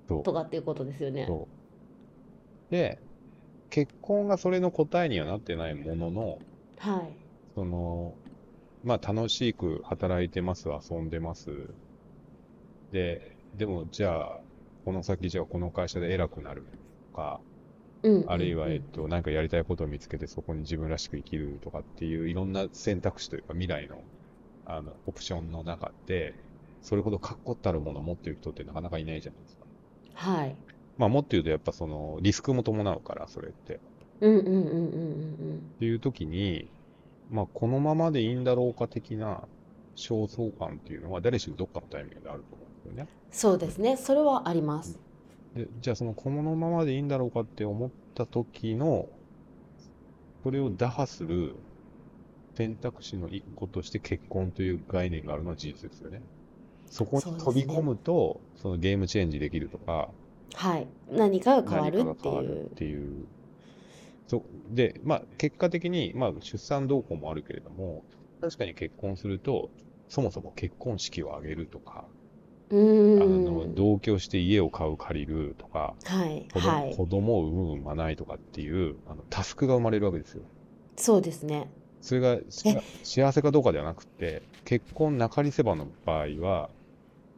Speaker 2: そう
Speaker 1: とかっていうことですよね。
Speaker 2: そう。で、結婚がそれの答えにはなってないものの、
Speaker 1: はい。
Speaker 2: その、まあ楽しく働いてます、遊んでます。で、でもじゃあ、この先じゃあこの会社で偉くなるとか、
Speaker 1: うん
Speaker 2: あるいは、
Speaker 1: うんう
Speaker 2: え
Speaker 1: ん
Speaker 2: っと、なんかやりたいことを見つけてそこに自分らしく生きるとかっていういろんな選択肢というか未来の、あの、オプションの中で、それほど確固たるものを持っている人ってなかなかいないじゃないですか。
Speaker 1: はい。
Speaker 2: まあもっと言うとやっぱそのリスクも伴うから、それって。
Speaker 1: うんうんうんうんうん
Speaker 2: っていう時に、まあ、このままでいいんだろうか的な焦燥感っていうのは誰しもどっかのタイミングであると思うんですよね。
Speaker 1: そうですね。それはあります。
Speaker 2: で、じゃあそのこのままでいいんだろうかって思った時の、それを打破する選択肢の一個として結婚という概念があるのは事実ですよね。そこに
Speaker 1: そうです
Speaker 2: 飛
Speaker 1: ね
Speaker 2: び込むと、そのゲームチェンジできるとか、
Speaker 1: はい。何かが変わ
Speaker 2: 何か
Speaker 1: る
Speaker 2: が
Speaker 1: って
Speaker 2: 変わ
Speaker 1: い
Speaker 2: るっ
Speaker 1: う。
Speaker 2: ていう。そう。で、まあ、結果的に、まあ、出産動向もあるけれども、確かに結婚すると、そもそも結婚式を挙げるとか、
Speaker 1: う
Speaker 2: あ
Speaker 1: ー
Speaker 2: の、
Speaker 1: ん。
Speaker 2: 同居して家を買う、借りるとか、
Speaker 1: はい
Speaker 2: 子供
Speaker 1: はい。
Speaker 2: 子供を産む、産まないとかっていう、あの、タスクが生まれるわけですよ。
Speaker 1: そうですね。
Speaker 2: それがし幸せかどうかではなくて、結婚なかりせばの場合は、
Speaker 1: うん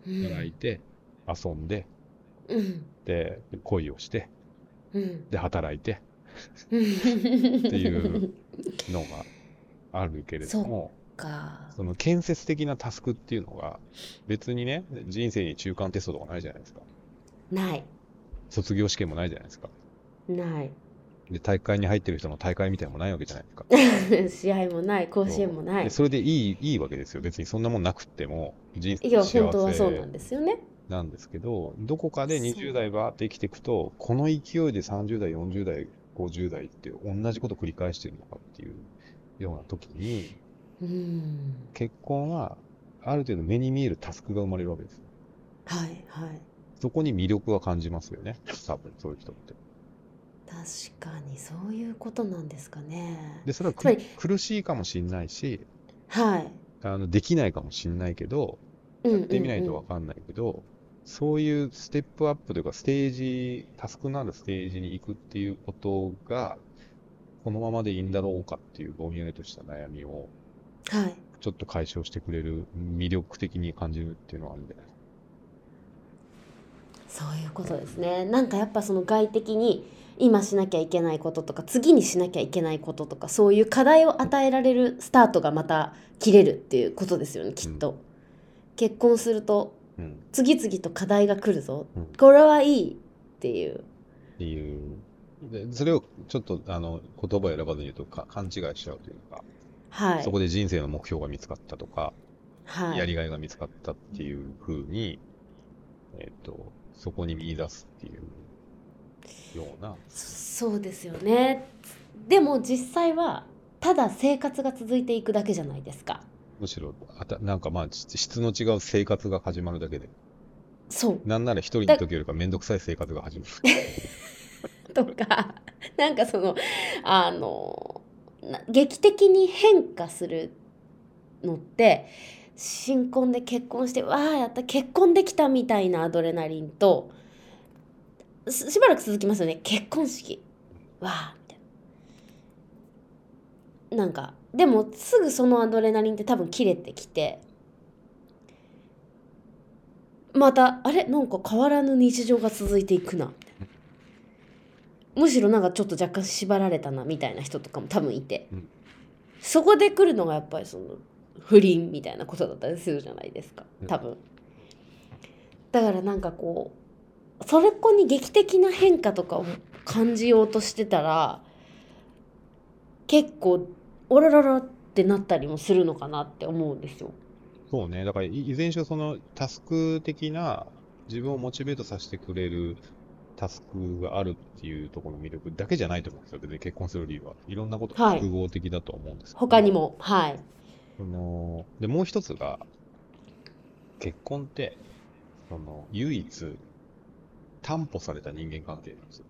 Speaker 2: 働いて、遊んで、
Speaker 1: うん
Speaker 2: で、恋をして、
Speaker 1: うん
Speaker 2: で、働いて、
Speaker 1: ってい
Speaker 2: いう
Speaker 1: [LAUGHS]
Speaker 2: のがあるけれども、
Speaker 1: か。
Speaker 2: その建設的なタスクっていうのが、別にね、人生に中間テストとかないじゃないですか。
Speaker 1: ない
Speaker 2: 卒業試験もないじゃないですか。
Speaker 1: ない。
Speaker 2: で、大会に入ってる人の大会みたいなのもないわけじゃないですか。
Speaker 1: 試合もない甲子園もない
Speaker 2: で。それでいい、いいわけですよ。別にそんなもんなくっても、人生
Speaker 1: い
Speaker 2: の
Speaker 1: や本当
Speaker 2: 幸
Speaker 1: はそうな
Speaker 2: せ
Speaker 1: んですよね。
Speaker 2: なんですけど、どこかで
Speaker 1: そう
Speaker 2: 20代バーって生きていくと、この勢いで30代、40代、50代って同じこと繰り返してるのかっていうような時に、
Speaker 1: うん。
Speaker 2: 結婚は、ある程度目に見えるタスクが生まれるわけですよ。
Speaker 1: はいはい。
Speaker 2: そこに魅力は感じますよね。多分、そういう人って。
Speaker 1: 確かにそういうことなんですかね。
Speaker 2: で、それは
Speaker 1: つま
Speaker 2: く
Speaker 1: り
Speaker 2: 苦しいかもしんないし、
Speaker 1: はい。
Speaker 2: あの、できないかもしんないけど、
Speaker 1: うんう
Speaker 2: や
Speaker 1: ん
Speaker 2: ってみないと
Speaker 1: う
Speaker 2: わ
Speaker 1: ん
Speaker 2: かんないけど、そういうステップアップというか、ステージ、タスクのあるステージに行くっていうことが、このままでいいんだろうかっていうぼんやりとした悩みを、
Speaker 1: はい。
Speaker 2: ちょっと解消してくれる、魅力的に感じるっていうのはあるんじゃない
Speaker 1: そういうことですね。なんかやっぱその外的に今しなきゃいけないこととか次にしなきゃいけないこととかそういう課題を与えられるスタートがまた切れるっていうことですよねきっと。結婚すると
Speaker 2: うん。
Speaker 1: 次々と課題が来るぞ、
Speaker 2: うん
Speaker 1: これはいいっていう
Speaker 2: っていう。で、それをちょっと、あの、言葉を選ばずに言うとか、勘違いしちゃうというか、
Speaker 1: はい
Speaker 2: そこで人生の目標が見つかったとか、
Speaker 1: はい
Speaker 2: やりがいが見つかったっていう風に、えっ、と、そこに見出すっていうような、
Speaker 1: そそうですよねでも実際はただ生活が続いていくだけじゃないですか
Speaker 2: むしろ、あた、なんかまあ、ち質の違う生活が始まるだけで、
Speaker 1: そう
Speaker 2: なんなら一人の時よりかめんどくさい生活が始まる。 [LAUGHS]
Speaker 1: [LAUGHS] とかなんかそのあのな劇的に変化するのって新婚で結婚してわあやった結婚できたみたいなアドレナリンとすしばらく続きますよね結婚式わあみたいななんかでもすぐそのアドレナリンって多分切れてきてまたあれなんか変わらぬ日常が続いていくなみたいなむしろなんかちょっと若干縛られたなみたいな人とかも多分いて、
Speaker 2: うん
Speaker 1: そこで来るのがやっぱりその不倫みたいなことだったりするじゃないですか
Speaker 2: うん
Speaker 1: 多分、だからなんかこうそれこに劇的な変化とかを感じようとしてたら結構オラララってなったりもするのかなって思うんですよ。
Speaker 2: そうね。だから、いいずれにしろそのタスク的な自分をモチベートさせてくれるタスクがあるっていうところの魅力だけじゃないと思うんですよ。別に結婚する理由は。いろんなことが
Speaker 1: はい
Speaker 2: 複合的だと思うんですけど。
Speaker 1: 他にも、はい。
Speaker 2: その、で、もう一つが、結婚って、その、唯一担保された人間関係なんですよ。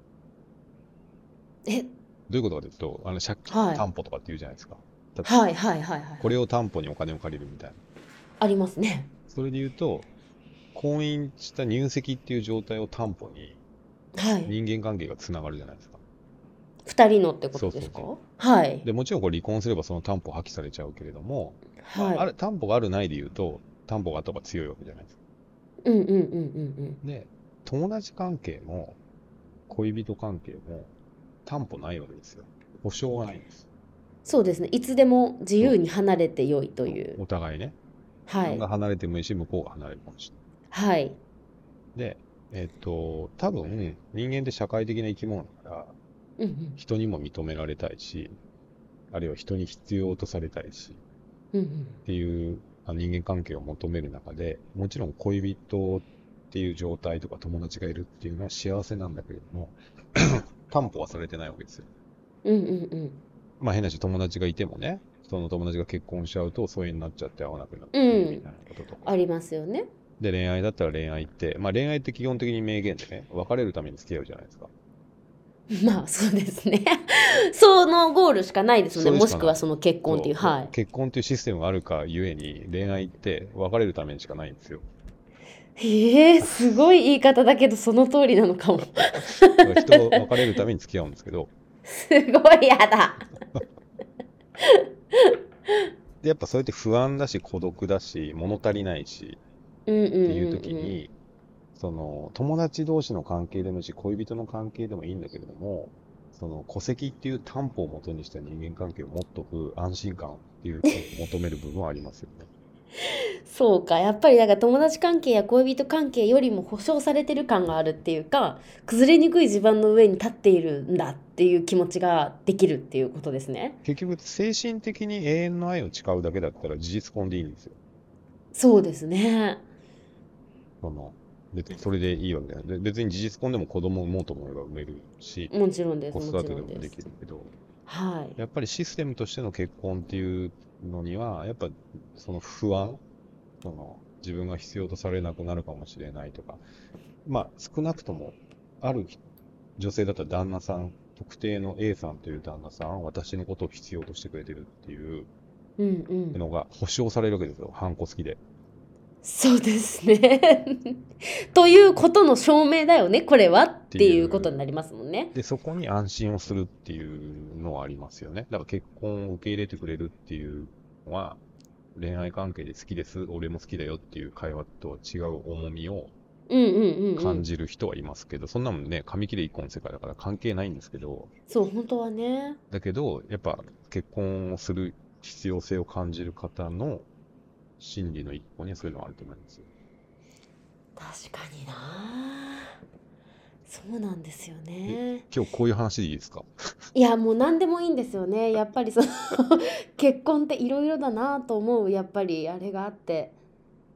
Speaker 1: え、
Speaker 2: どういうことかというと、あの、借金
Speaker 1: はい
Speaker 2: 担保とかって言うじゃないですか。だって
Speaker 1: はいはいはいはい。
Speaker 2: これを担保にお金を借りるみたいな。
Speaker 1: ありますね。
Speaker 2: それで言うと、婚姻した入籍っていう状態を担保に
Speaker 1: はい。
Speaker 2: 人間関係がつながるじゃないですか。
Speaker 1: 二人のってことですか
Speaker 2: そう
Speaker 1: はい。
Speaker 2: で、もちろんこれ離婚すればその担保破棄されちゃうけれども、まああ
Speaker 1: はい。
Speaker 2: る担保があるないで言うと、担保があった方が強いわけじゃないですか。
Speaker 1: うんうんうんうん
Speaker 2: で、友達関係も恋人関係も担保ないわけですよ。保証がないんです。
Speaker 1: うん。そうですね。いつでも自由に離れてよいという。
Speaker 2: お互いね。
Speaker 1: は
Speaker 2: 自分
Speaker 1: い
Speaker 2: が。離れてもいいし、向こうが離れるかもしれな
Speaker 1: は
Speaker 2: い。
Speaker 1: い。
Speaker 2: で、えっと、多分、人間って社会的な生き物だから、
Speaker 1: うんうん
Speaker 2: 人にも認められたいし、あるいは人に必要とされたいし、
Speaker 1: うんうん
Speaker 2: っていうあの人間関係を求める中で、もちろん恋人っていう状態とか友達がいるっていうのは幸せなんだけれども、 [CLEARS THROAT] 担保はされてないわけですよ。
Speaker 1: うんうんうん
Speaker 2: まあ変な話、友達がいてもね、その友達が結婚しちゃうと、疎遠になっちゃって会わなくなって
Speaker 1: うん
Speaker 2: みたいなこととか。
Speaker 1: ありますよね。
Speaker 2: で、恋愛だったら恋愛って、まあ恋愛って基本的に名言でね、別れるために付き合うじゃないですか。
Speaker 1: [LAUGHS] まあそうですね。 [LAUGHS] そのゴールしかないですよね。
Speaker 2: それし
Speaker 1: も
Speaker 2: かない
Speaker 1: しくはその結婚っていう。
Speaker 2: そう
Speaker 1: はい。
Speaker 2: 結婚っていうシステムがあるかゆえに、恋愛って別れるためにしかないんですよ。
Speaker 1: へえ、すごい言い方だけどその通りなのかも。 [LAUGHS]
Speaker 2: だから人を別れるために付き合うんですけど、
Speaker 1: すごいやだ。
Speaker 2: で、やっぱそれって不安だし、孤独だし、物足りないし
Speaker 1: うんうんうん
Speaker 2: っ
Speaker 1: う
Speaker 2: ていう時
Speaker 1: ん。
Speaker 2: に、その友達同士の関係でもいいし、恋人の関係でもいいんだけれども、その戸籍っていう担保を元にした人間関係を持っとく安心感っていうのを求める部分はありますよ
Speaker 1: [LAUGHS]
Speaker 2: ね。
Speaker 1: そうか、やっぱりだから友達関係や恋人関係よりも保証されてる感があるっていうか、崩れにくい地盤の上に立っているんだっていう気持ちができるっていうことですね。
Speaker 2: 結局、精神的に永遠の愛を誓うだけだったら事実婚でいいんですよ。
Speaker 1: そうですね。
Speaker 2: その別にそれでいいわけじゃない。で別に事実婚でも子供を産もうと思えば産めるし、
Speaker 1: もちろんです、
Speaker 2: 子
Speaker 1: もち
Speaker 2: 育て
Speaker 1: ろ
Speaker 2: で
Speaker 1: ん
Speaker 2: も
Speaker 1: で
Speaker 2: ですき。るけど、
Speaker 1: はい。
Speaker 2: やっぱりシステムとしての結婚っていうのには、やっぱその不安、その自分が必要とされなくなるかもしれないとか、まあ少なくとも、ある女性だったら旦那さん、特定の A さんという旦那さん、私のことを必要としてくれてるっていう
Speaker 1: うんうん。
Speaker 2: のが保証されるわけですよ、ハンコ付きで。
Speaker 1: そうですね。 [LAUGHS] ということの証明だよね、これはっていうことになりますもんね。
Speaker 2: で、そこに安心をするっていうのはありますよね。だから結婚を受け入れてくれるっていうのは、恋愛関係で好きです、俺も好きだよっていう会話とは違う重みを
Speaker 1: うんうんうんうん。
Speaker 2: 感じる人はいますけど、そんなもんね、紙切れ一個の世界だから関係ないんですけど、
Speaker 1: そう、本当はね。
Speaker 2: だけど、やっぱ結婚をする必要性を感じる方の心理の一個にはそういうのはあると思いますよ。
Speaker 1: 確かにな。そうなんですよね。
Speaker 2: 今日こういう話でいいですか
Speaker 1: いやもう何でもいいんですよねやっぱりその [LAUGHS] 結婚っていろいろだなと思うやっぱりあれがあって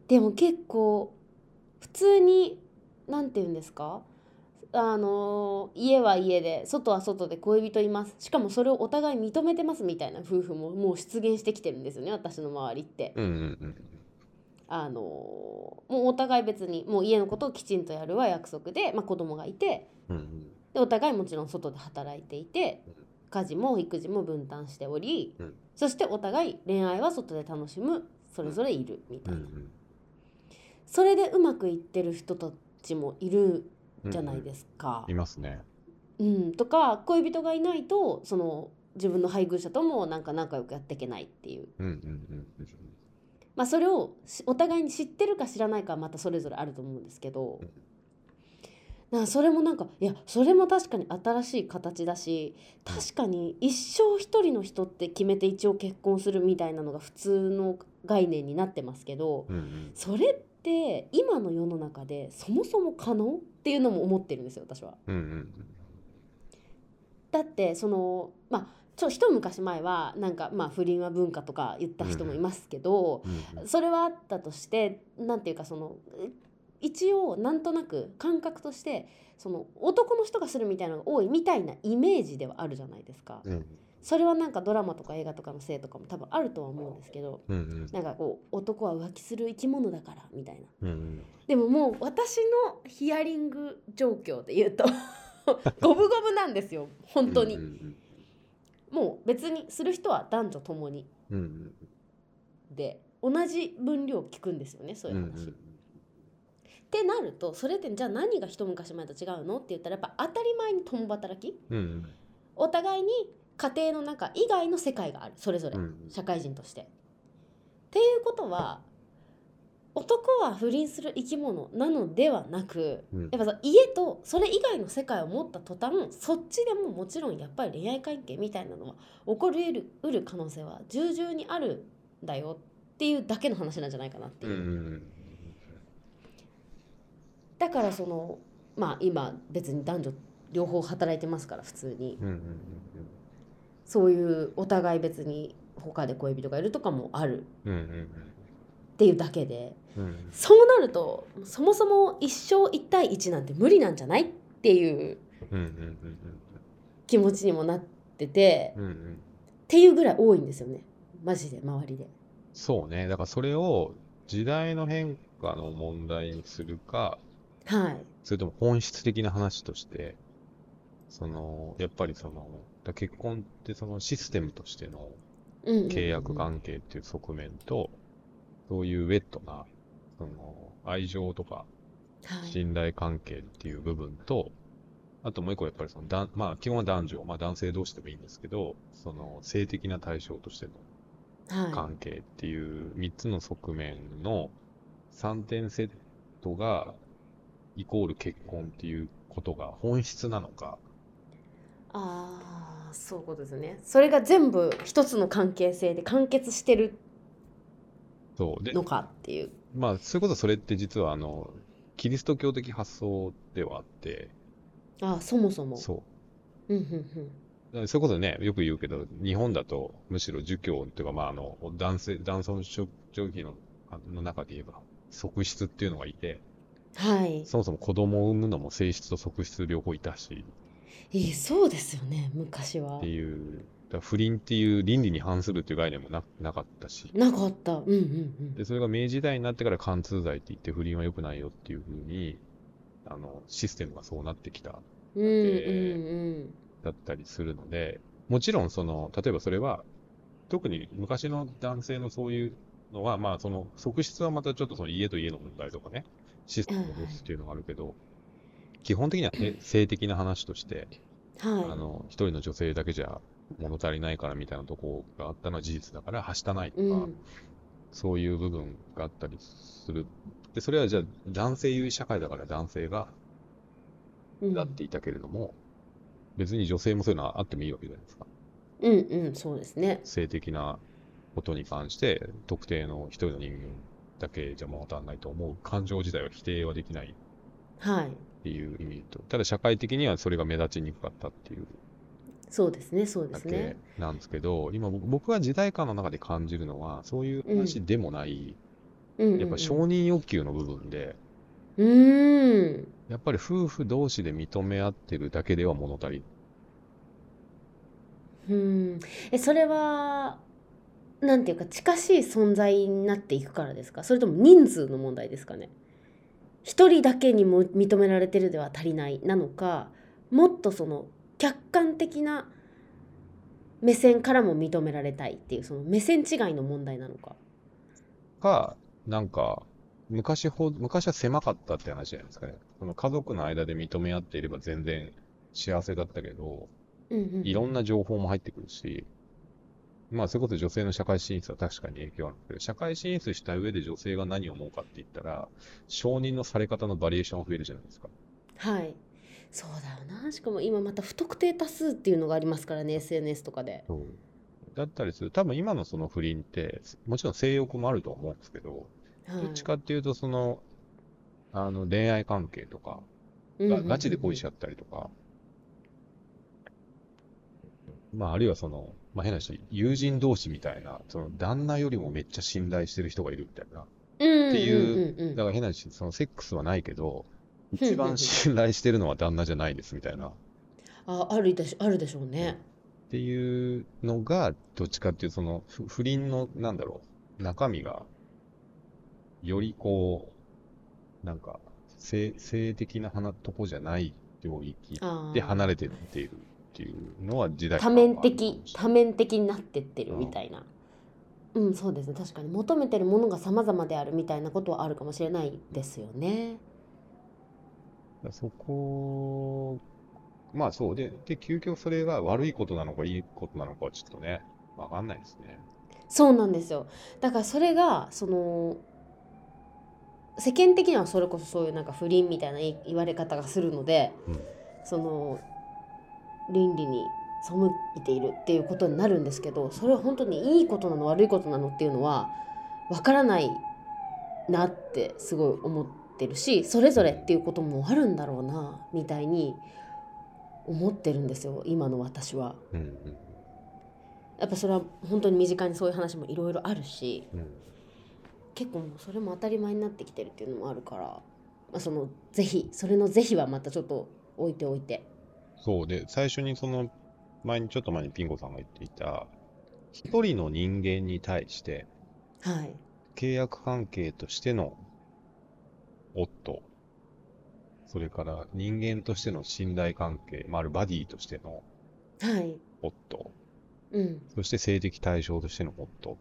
Speaker 1: でも結構普通に何て言うんですかあの家は家で外は外で恋人いますしかもそれをお互い認めてますみたいな夫婦ももう出現してきてるんですよね私の周りって。
Speaker 2: うんうんうん。
Speaker 1: あのもうお互い別にもう家のことをきちんとやるは約束で、まあ、子供がいて
Speaker 2: うんうん
Speaker 1: でお互いもちろん外で働いていて
Speaker 2: うん
Speaker 1: 家事も育児も分担しており、
Speaker 2: うん
Speaker 1: そしてお互い恋愛は外で楽しむそれぞれいるみた
Speaker 2: う
Speaker 1: い
Speaker 2: ん
Speaker 1: な、
Speaker 2: うん
Speaker 1: それでうまくいってる人たちもいる
Speaker 2: うん。
Speaker 1: じゃないですか。
Speaker 2: いますね。
Speaker 1: うん、とか恋人がいないとその自分の配偶者ともなんか仲良くやっていけないっていう、
Speaker 2: うんうんうんうん。
Speaker 1: まあ、それをしお互いに知ってるか知らないかはまたそれぞれあると思うんですけど、
Speaker 2: うん
Speaker 1: なそれもなんかいやそれも確かに新しい形だし
Speaker 2: うん
Speaker 1: 確かに一生一人の人って決めて一応結婚するみたいなのが普通の概念になってますけど
Speaker 2: うんうん。
Speaker 1: それって今の世の中でそもそも可能っていうのも思ってるんですよ私は。
Speaker 2: うんうん。
Speaker 1: だってそのまあちょ一昔前はなんかまあ不倫は文化とか言った人もいますけど、
Speaker 2: うん
Speaker 1: それはあったとしてなんていうかそのう一応なんとなく感覚としてその男の人がするみたいなのが多いみたいなイメージではあるじゃないですか。
Speaker 2: うん。うん
Speaker 1: それはなんかドラマとか映画とかのせいとかも多分あるとは思うんですけど
Speaker 2: うんうん。
Speaker 1: なんかこう男は浮気する生き物だからみたいな。
Speaker 2: うんうん。
Speaker 1: でももう私のヒアリング状況で言う
Speaker 2: [LAUGHS]
Speaker 1: と五分五分なんですよ本当に
Speaker 2: う。ん
Speaker 1: もう別にする人は男女ともに
Speaker 2: うんうん。
Speaker 1: で同じ分量聞くんですよねそういう話。
Speaker 2: うんうん
Speaker 1: ってなるとそれってじゃあ何が一昔前と違うのって言ったらやっぱ当たり前に共働き
Speaker 2: うん
Speaker 1: お互いに家庭の中以外の世界があるそれぞれ
Speaker 2: うんうん
Speaker 1: 社会人として。っていうことは男は不倫する生き物なのではなく
Speaker 2: うん
Speaker 1: やっぱさ家とそれ以外の世界を持った途端そっちでももちろんやっぱり恋愛関係みたいなのは起こり得るうる可能性は重々にあるんだよっていうだけの話なんじゃないかなって
Speaker 2: う
Speaker 1: い
Speaker 2: ん
Speaker 1: う。
Speaker 2: うん
Speaker 1: だからそのまあ今別に男女両方働いてますから普通に
Speaker 2: うんうん
Speaker 1: そういうお互い別に他で恋人がいるとかもある
Speaker 2: うんうんうん
Speaker 1: っていうだけで
Speaker 2: うんうん
Speaker 1: そうなるとそもそも一生一対一なんて無理なんじゃないっていう
Speaker 2: うんうんうん
Speaker 1: 気持ちにもなってて
Speaker 2: うんうんうん
Speaker 1: っていうぐらい多いんですよねマジで周りで。
Speaker 2: そうね。だからそれを時代の変化の問題にするか、
Speaker 1: はい、
Speaker 2: それとも本質的な話として、その、やっぱりその、だ結婚ってそのシステムとしての
Speaker 1: うんうんうん
Speaker 2: 契約関係っていう側面と、そういうウェットな、その、愛情とか
Speaker 1: はい、
Speaker 2: 信頼関係っていう部分と、あともう一個やっぱりその男、まあ基本は男女、まあ男性同士でもいいんですけど、その性的な対象としての
Speaker 1: は
Speaker 2: 関係っていう3つの側面の3点セットがイコール結婚っていうことが本質なのか、
Speaker 1: い、ああそういうことですねそれが全部一つの関係性で完結してる
Speaker 2: そう。で、
Speaker 1: のかっていう。
Speaker 2: まあ、それこそそれって実はあの、キリスト教的発想ではあって、
Speaker 1: あーそもそも。
Speaker 2: そう。
Speaker 1: うんうんうん
Speaker 2: だからそれこそね、よく言うけど、日本だと、むしろ儒教っていうか、まあ、あの、男性、男尊女卑のあの中で言えば、側室っていうのがいて、
Speaker 1: はい、
Speaker 2: そもそも子供を産むのも性質と側室両方いたし、
Speaker 1: えーそうですよね昔は
Speaker 2: っていう、だから不倫っていう倫理に反するっていう概念もななかったし、
Speaker 1: なかったうんうん
Speaker 2: で、それが明治時代になってから貫通罪って言って不倫は良くないよっていうふうに、あの、システムがそうなってきた、
Speaker 1: うんうんうん
Speaker 2: だったりするので、もちろんその、例えばそれは、特に昔の男性のそういうのは、まあその、側室はまたちょっとその家と家の問題とかね、システムの問題っていうのがあるけど、基本的にはね性的な話として、
Speaker 1: うん
Speaker 2: あ
Speaker 1: は
Speaker 2: の、一人の女性だけじゃ物足りないからみたいなとこがあったのは事実だから、はしたないと
Speaker 1: い、
Speaker 2: か、
Speaker 1: うん、
Speaker 2: そういう部分があったりする。で、それはじゃあ男性優位社会だから男性が
Speaker 1: うん
Speaker 2: なっていたけれども、別に女性もそういうのはあってもいいわけじゃないですか。
Speaker 1: うんうんそうですね
Speaker 2: 性的なことに関して、特定の一人の人間だけじゃ物足んないと思う感情自体は否定はできない
Speaker 1: はい
Speaker 2: っていう意味と、ただ社会的にはそれが目立ちにくかったっていう
Speaker 1: そうですねそうで
Speaker 2: だ
Speaker 1: すね
Speaker 2: けなんですけど、今僕僕が時代感の中で感じるのは、そういう話でもない、
Speaker 1: うんうんうん
Speaker 2: やっぱ承認欲求の部分で、
Speaker 1: うーん
Speaker 2: やっぱり夫婦同士で認め合ってるだけでは物足り
Speaker 1: うんえそれはなんていうか近しい存在になっていくからですかそれとも人数の問題ですかね一人だけにも認められてるでは足りないなのかもっとその客観的な目線からも認められたいっていうその目線違いの問題なのか
Speaker 2: か、なんか、昔ほど、昔は狭かったって話じゃないですかね。その家族の間で認め合っていれば全然幸せだったけど、
Speaker 1: うんうんうん
Speaker 2: いろんな情報も入ってくるし、まあ、それこそ女性の社会進出は確かに影響あるんですけど、社会進出した上で女性が何を思うかって言ったら、承認のされ方のバリエーションが増えるじゃないですか。
Speaker 1: はいそうだよなしかも今また不特定多数っていうのがありますからね SNS とかで
Speaker 2: そうだったりする。多分今のその不倫って、もちろん性欲もあると思うんですけど、
Speaker 1: ど
Speaker 2: どっちかっていうと、その、あの、恋愛関係とか、がガチで恋しちゃったりとか、まあ、あるいはその、まあ、変な人、友人同士みたいな、その、旦那よりもめっちゃ信頼してる人がいるみたいな。
Speaker 1: てい
Speaker 2: い
Speaker 1: うんうん
Speaker 2: う
Speaker 1: うんうん
Speaker 2: だから変な話、その、セックスはないけど、一番信頼してるのは旦那じゃないですみたいな。っ
Speaker 1: ああるでしあるでしょうね。
Speaker 2: ていうのが、どっちかっていうと、その、ふ不倫の、なんだろう、中身が、よりこう、なんか、性、性的な花とこじゃない領域
Speaker 1: あー
Speaker 2: で離れてっているっていうのは時代
Speaker 1: 多面的多面的になってってるみたいな。うん、そうですね確かに求めてるものが様々であるみたいなことはあるかもしれないですよね。
Speaker 2: そこまあそうでで究極それが悪いことなのかいいことなのかはちょっとねわかんないですね
Speaker 1: そうなんですよだからそれがその世間的にはそれこそそういうなんか不倫みたいな言い言われ方がするので、
Speaker 2: うん
Speaker 1: その倫理に背いているっていうことになるんですけどそれは本当にいいことなの悪いことなのっていうのはわからないなってすごい思ってるしそれぞれっていうこともあるんだろうなみたいに思ってるんですよ今の私は。
Speaker 2: うん
Speaker 1: やっぱそれは本当に身近にそういう話もいろいろあるし
Speaker 2: うんうん
Speaker 1: 結構もうそれも当たり前になってきてるっていうのもあるから、まあ、その是非それの是非はまたちょっと置いておいて
Speaker 2: そうで最初にその前にちょっと前にピン子さんが言っていた一人の人間に対して
Speaker 1: はい
Speaker 2: 契約関係としての夫それから人間としての信頼関係、まあ、あるバディとしての
Speaker 1: はい
Speaker 2: 夫
Speaker 1: うん
Speaker 2: そして性的対象としての夫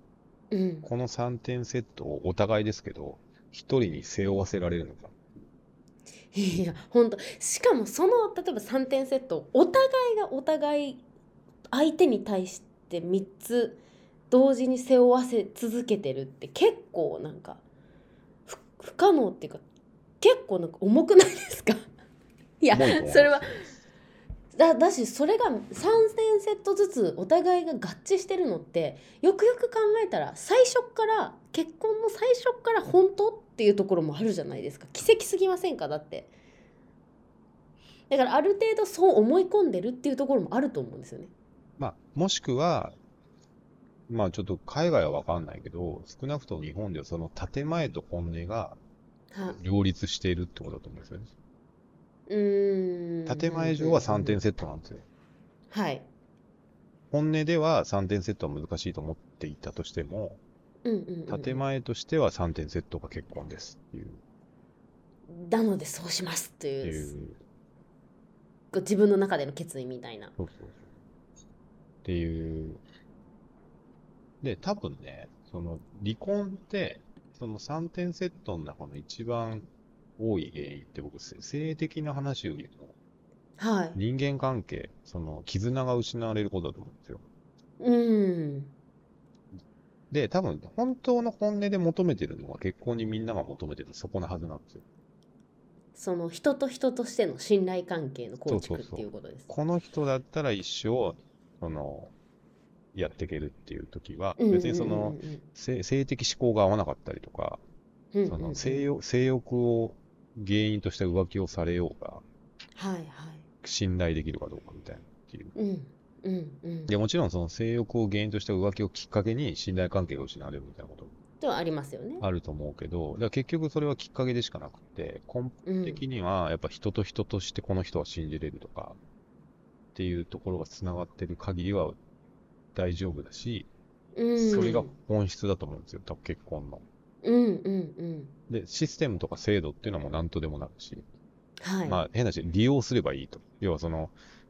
Speaker 1: うん
Speaker 2: この3点セットをお互いですけど、一人に背負わせられるのか。
Speaker 1: いや本当しかもその例えば3点セットをお互いがお互い相手に対して3つ同時に背負わせ続けてるって結構なんか不不可能っていうか結構なんか重くないですか [LAUGHS] いや
Speaker 2: 重いと思います
Speaker 1: それはだだしそれが3点セットずつお互いが合致してるのってよくよく考えたら最初っから結婚の最初っから本当っていうところもあるじゃないですか奇跡すぎませんかだってだからある程度そう思い込んでるっていうところもあると思うんですよね
Speaker 2: まあ、もしくは、まあちょっと海外はわかんないけど、少なくとも日本ではその建前と本音が
Speaker 1: は
Speaker 2: 両立しているってことだと思うんですよね。
Speaker 1: うーん
Speaker 2: 建前上は3点セットなんですよ。
Speaker 1: はい
Speaker 2: 本音では3点セットは難しいと思っていたとしても、
Speaker 1: うんうんうん
Speaker 2: 建前としては3点セットが結婚ですっていう。
Speaker 1: なのでそうしますと
Speaker 2: って
Speaker 1: い
Speaker 2: いうう
Speaker 1: こう自分の中での決意みたいな
Speaker 2: そうそうそう。っていう。で、多分ね、その離婚って、その3点セットの中の一番多い原因って僕、せ性的な話よりも
Speaker 1: はい
Speaker 2: 人間関係、その絆が失われることだと思うんですよ。
Speaker 1: うん
Speaker 2: で、多分、本当の本音で求めてるのは結婚にみんなが求めてるそこのはずなんですよ。
Speaker 1: その人と人としての信頼関係の構
Speaker 2: そう
Speaker 1: 築っ
Speaker 2: そうそう
Speaker 1: ていうことです。
Speaker 2: この人だったら一生、その、やっていけるっていう時は、
Speaker 1: うんうんうんうん
Speaker 2: 別にその、性性的思考が合わなかったりとか、
Speaker 1: うんうんうん
Speaker 2: その性欲性欲を原因として浮気をされようが、
Speaker 1: はいはい。
Speaker 2: 信頼できるかどうかみたいなっていう。
Speaker 1: うんうんうん。
Speaker 2: でもちろんその性欲を原因とした浮気をきっかけに信頼関係が失われるみたいなこと
Speaker 1: とはありますよね。
Speaker 2: あると思うけど、だから結局それはきっかけでしかなくて、根
Speaker 1: うん
Speaker 2: 本的にはやっぱ人と人としてこの人は信じれるとかっていうところがつながってる限りは大丈夫だし、
Speaker 1: うん
Speaker 2: それが本質だと思うんですよ、多分結婚の。
Speaker 1: うんうんうん。
Speaker 2: で、システムとか制度っていうのはもう何とでもなるし、
Speaker 1: はい。
Speaker 2: まあ、変な話、利用すればいいと。要はその、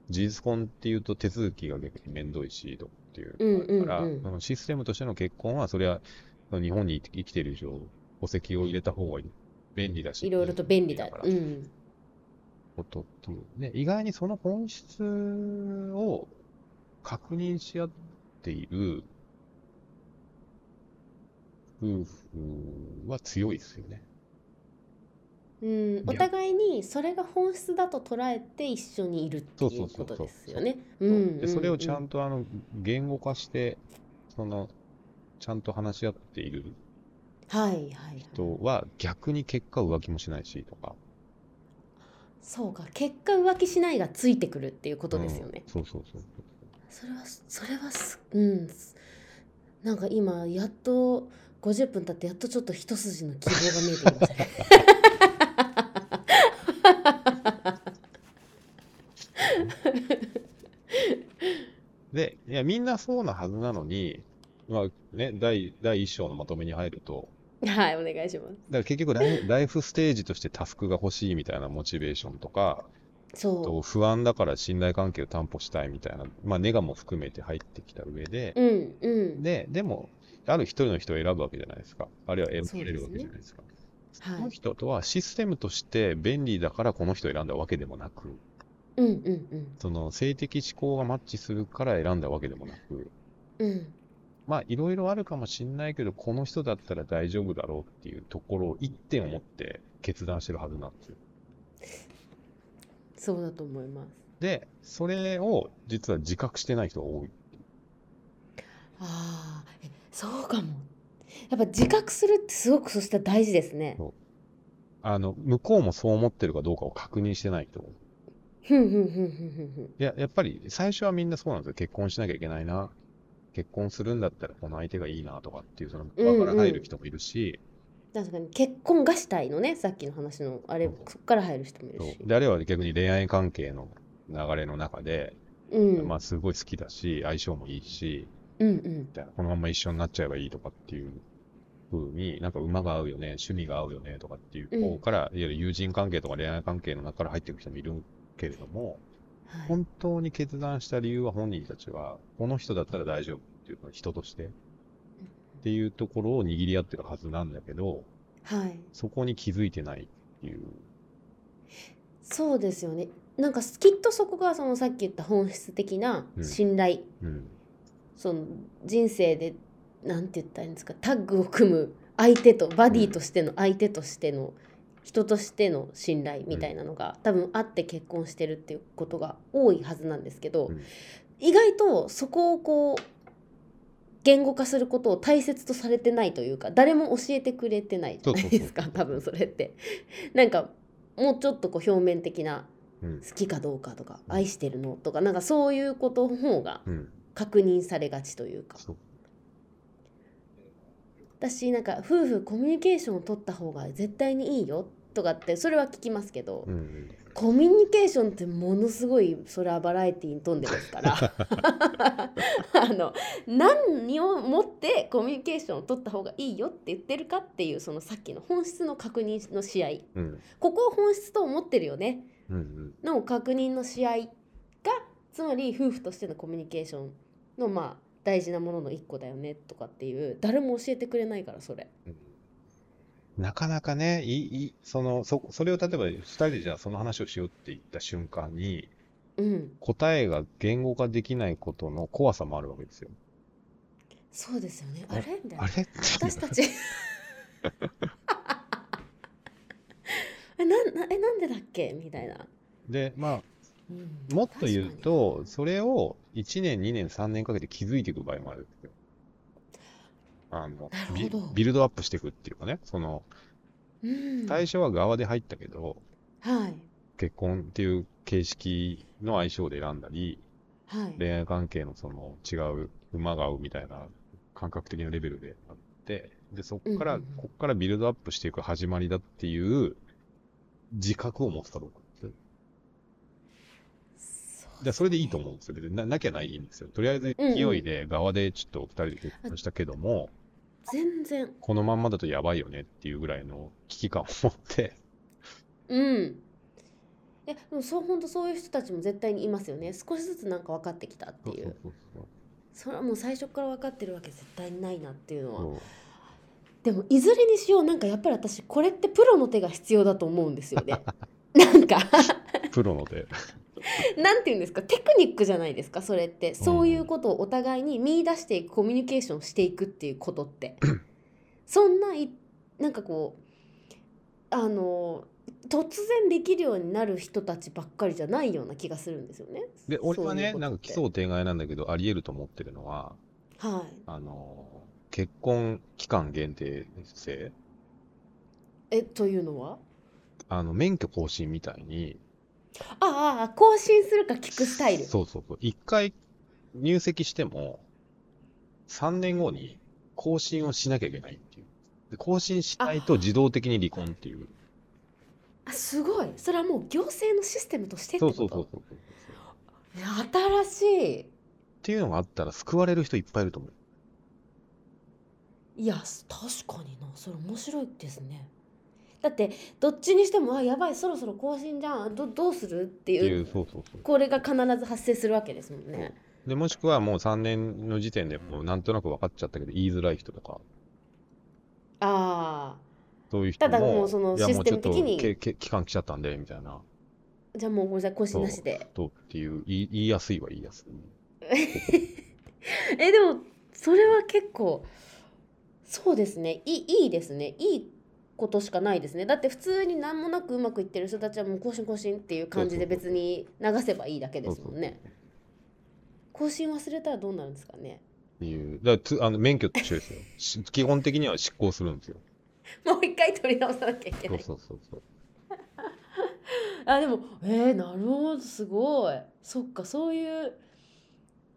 Speaker 2: 事実婚っていうと手続きが逆に面倒いし、とかっていう。
Speaker 1: うんうんうん
Speaker 2: だから、そのシステムとしての結婚は、それは日本に生きている以上、戸籍を入れた方が便利だし。
Speaker 1: いろいろと便利だ。
Speaker 2: から
Speaker 1: うん。
Speaker 2: ことっていうね、意外にその本質を確認し合っている夫婦は強いですよね。
Speaker 1: うん、お互いにそれが本質だと捉えて一緒にいるっていうことですよね。う
Speaker 2: そうんで、それをちゃ
Speaker 1: と
Speaker 2: んとあの言語化して、その、ちゃんと話し合っている
Speaker 1: はいはいはい。
Speaker 2: 人は逆に結果浮気もしないしとか。
Speaker 1: そうか結果浮気しないがついてくるっていうことですよね
Speaker 2: う。んそうそうそう。
Speaker 1: それはそれはすうんすなんか今やっと50分経ってやっとちょっと一筋の希望が見えてきましたね。
Speaker 2: で、いや、みんなそうなはずなのに、まあね、第、第一章のまとめに入ると、
Speaker 1: [LAUGHS] はいお願いします。
Speaker 2: だから結局ライ
Speaker 1: [LAUGHS]
Speaker 2: フ、ライフステージとしてタスクが欲しいみたいなモチベーションとか、
Speaker 1: そ
Speaker 2: と不安だから信頼関係を担保したいみたいな、まあ、ネガも含めて入ってきた上で、
Speaker 1: ううんうん
Speaker 2: で、でも、ある一人の人を選ぶわけじゃないですか。あるいは選ばれる
Speaker 1: そう
Speaker 2: わけ
Speaker 1: ですね
Speaker 2: じゃないですか。そ
Speaker 1: は
Speaker 2: の
Speaker 1: い
Speaker 2: 人とはシステムとして便利だからこの人を選んだわけでもなく、
Speaker 1: うんうん
Speaker 2: その性的指向がマッチするから選んだわけでもなく、
Speaker 1: うんうん
Speaker 2: まあいろいろあるかもしんないけど、この人だったら大丈夫だろうっていうところを一点を持って決断してるはずなんですよ。
Speaker 1: そうだと思います。
Speaker 2: で、それを実は自覚してない人が多い。
Speaker 1: ああえそうかも。やっぱ自覚するってすごくそしたら大事ですね。
Speaker 2: あの、向こうもそう思ってるかどうかを確認してない人が多い。
Speaker 1: ふんふんふんふんふんふん。
Speaker 2: いや、やっぱり最初はみんなそうなんですよ。結婚しなきゃいけないな。結婚するんだったらこの相手がいいなとかっていう、その、
Speaker 1: うんうん
Speaker 2: わから入る人もいるし、
Speaker 1: 確かに結婚がしたいのねさっきの話のあれ
Speaker 2: そう
Speaker 1: そっから入る人もいるし
Speaker 2: そう。で、あるいは逆に恋愛関係の流れの中で、
Speaker 1: うん
Speaker 2: まあすごい好きだし、相性もいいし、
Speaker 1: うんうん
Speaker 2: みたいな、このまま一緒になっちゃえばいいとかっていう風に、なんか馬が合うよね、趣味が合うよねとかっていう方から、いわゆる友人関係とか恋愛関係の中から入っていく人もいるけれども、
Speaker 1: はい
Speaker 2: 本当に決断した理由は本人たちは、この人だったら大丈夫っていうのは人として、っていうところを握り合ってるはずなんだけど、
Speaker 1: はい
Speaker 2: そこに気づいてないっていう。
Speaker 1: そうですよねなんかきっとそこがそのさっき言った本質的な
Speaker 2: うん
Speaker 1: 信頼、
Speaker 2: うん。
Speaker 1: その人生でなんて言ったらいいんですかタッグを組む相手とバディとしての相手としての人としての信頼みたいなのが、多分あって結婚してるっていうことが多いはずなんですけど、
Speaker 2: うん
Speaker 1: 意外とそこをこう言語化することを大切とされてないというか誰も教えてくれてないじゃないですか
Speaker 2: そうそうそう
Speaker 1: 多分それって。なんかもうちょっとこう表面的な
Speaker 2: うん。
Speaker 1: 好きかどうかとか
Speaker 2: うん
Speaker 1: 愛してるのとかなんかそういうことの方が
Speaker 2: うん。
Speaker 1: 確認されがちというか
Speaker 2: そう。
Speaker 1: 私なんか夫婦コミュニケーションを取った方が絶対にいいよとかってそれは聞きますけど、
Speaker 2: うんうん。
Speaker 1: コミュニケーションってものすごいそれはバラエティーに富んでますから [LAUGHS] あの何をもってコミュニケーションを取った方がいいよって言ってるかっていうそのさっきの本質の確認の試合
Speaker 2: うん。
Speaker 1: ここを本質と思ってるよね
Speaker 2: うんうん。
Speaker 1: の確認の試合がつまり夫婦としてのコミュニケーションのまあ大事なものの一個だよねとかっていう誰も教えてくれないからそれ
Speaker 2: なかなかね、いいい、その、そ、それを例えば二人でじゃあその話をしようって言った瞬間に、
Speaker 1: うん
Speaker 2: 答えが言語化できないことの怖さもあるわけですよ。
Speaker 1: そうですよねあれみたい
Speaker 2: あ
Speaker 1: な
Speaker 2: れ [LAUGHS] って
Speaker 1: 私たち [LAUGHS] えなんなえなんでだっけみたいな、
Speaker 2: で、ま
Speaker 1: うん
Speaker 2: あ、もっと言うと、それを1年、2年、3年かけて気づいていく場合もあるんですよ。あの、
Speaker 1: なる
Speaker 2: ビ、
Speaker 1: ほど
Speaker 2: ビルドアップしていくっていうかね、その、
Speaker 1: 確かにうん
Speaker 2: 最初は側で入ったけど、
Speaker 1: はい
Speaker 2: 結婚っていう形式の相性で選んだり、
Speaker 1: はい
Speaker 2: 恋愛関係のその違う馬が合うみたいな感覚的なレベルであって、で、そこから、
Speaker 1: うんうんうん
Speaker 2: こっからビルドアップしていく始まりだっていう自覚を持つかどうかですね。
Speaker 1: そう
Speaker 2: で、それでいいと思うんですよ。別にな、なきゃないんですよ。とりあえず勢いで側でちょっと二人で結婚したけども、
Speaker 1: 全然
Speaker 2: このまんまだとやばいよねっていうぐらいの危機感を持って、
Speaker 1: うん。いや、でもそう、本当そういう人たちも絶対にいますよね。少しずつなんか分かってきたっていう。それはもう最初から分かってるわけ絶対にないなっていうのは。
Speaker 2: そう
Speaker 1: でも、いずれにしよう、なんかやっぱり私、これってプロの手が必要だと思うんですよね。 [LAUGHS] なんか、
Speaker 2: プロので。
Speaker 1: なんて言うんですか、テクニックじゃないですか、それって。そういうことをお互いに見出していく、コミュニケーションしていくっていうこと
Speaker 2: [LAUGHS]
Speaker 1: って。そんない、なんかこう、あの、突然できるようになる人たちばっかりじゃないような気がするんですよね。
Speaker 2: で、俺はね、
Speaker 1: そういうことって
Speaker 2: なんか奇想天外なんだけど、あり得ると思ってるのは、
Speaker 1: はい。
Speaker 2: あのー、結婚期間限定制
Speaker 1: えというのは
Speaker 2: あの、免許更新みたいに、
Speaker 1: ああああ更新するか聞くスタイル。
Speaker 2: そうそうそう。一回入籍しても、3年後に更新をしなきゃいけないっていう。で更新しないと自動的に離婚っていう。
Speaker 1: あすごいそれはもう行政のシステムとしてって
Speaker 2: そう
Speaker 1: こと
Speaker 2: そうそうそう。っ
Speaker 1: ね新して
Speaker 2: いうのがあったら救われる人いっぱいいると思う。
Speaker 1: いいや確かになそれ面白いですねだってどっちにしてもあやばいそろそろ更新じゃんどどうするって
Speaker 2: って
Speaker 1: い
Speaker 2: いうう、そうそうそう。
Speaker 1: これが必ず発生するわけですもんね
Speaker 2: で、もしくはもう3年の時点でもうなんとなく分かっちゃったけど言いづらい人とか、
Speaker 1: あ
Speaker 2: そういう人も、
Speaker 1: ただもうその
Speaker 2: いや
Speaker 1: システム的に
Speaker 2: もうちょっとけけ期間来ちゃったんで、みたいな、
Speaker 1: あじゃあもうごめんなさい更新なしで
Speaker 2: とっていう、言い言いやすいは言いやすい。
Speaker 1: えでもそれは結構そうですねいいいいですねいいことしかないですねだって普通に何もなくうまくいってる人たちはもう更新更新っていう感じで別に流せばいいだけですもんね更新忘れたらどうなるんですかね
Speaker 2: っていう。だからつあの、免許と一緒ですよし。基本的には執行するんですよ。
Speaker 1: もう一回取り直さなきゃいけ
Speaker 2: そ
Speaker 1: な
Speaker 2: う
Speaker 1: い
Speaker 2: そうそうそう。
Speaker 1: あでもえー、なるほどすごいそっかそういう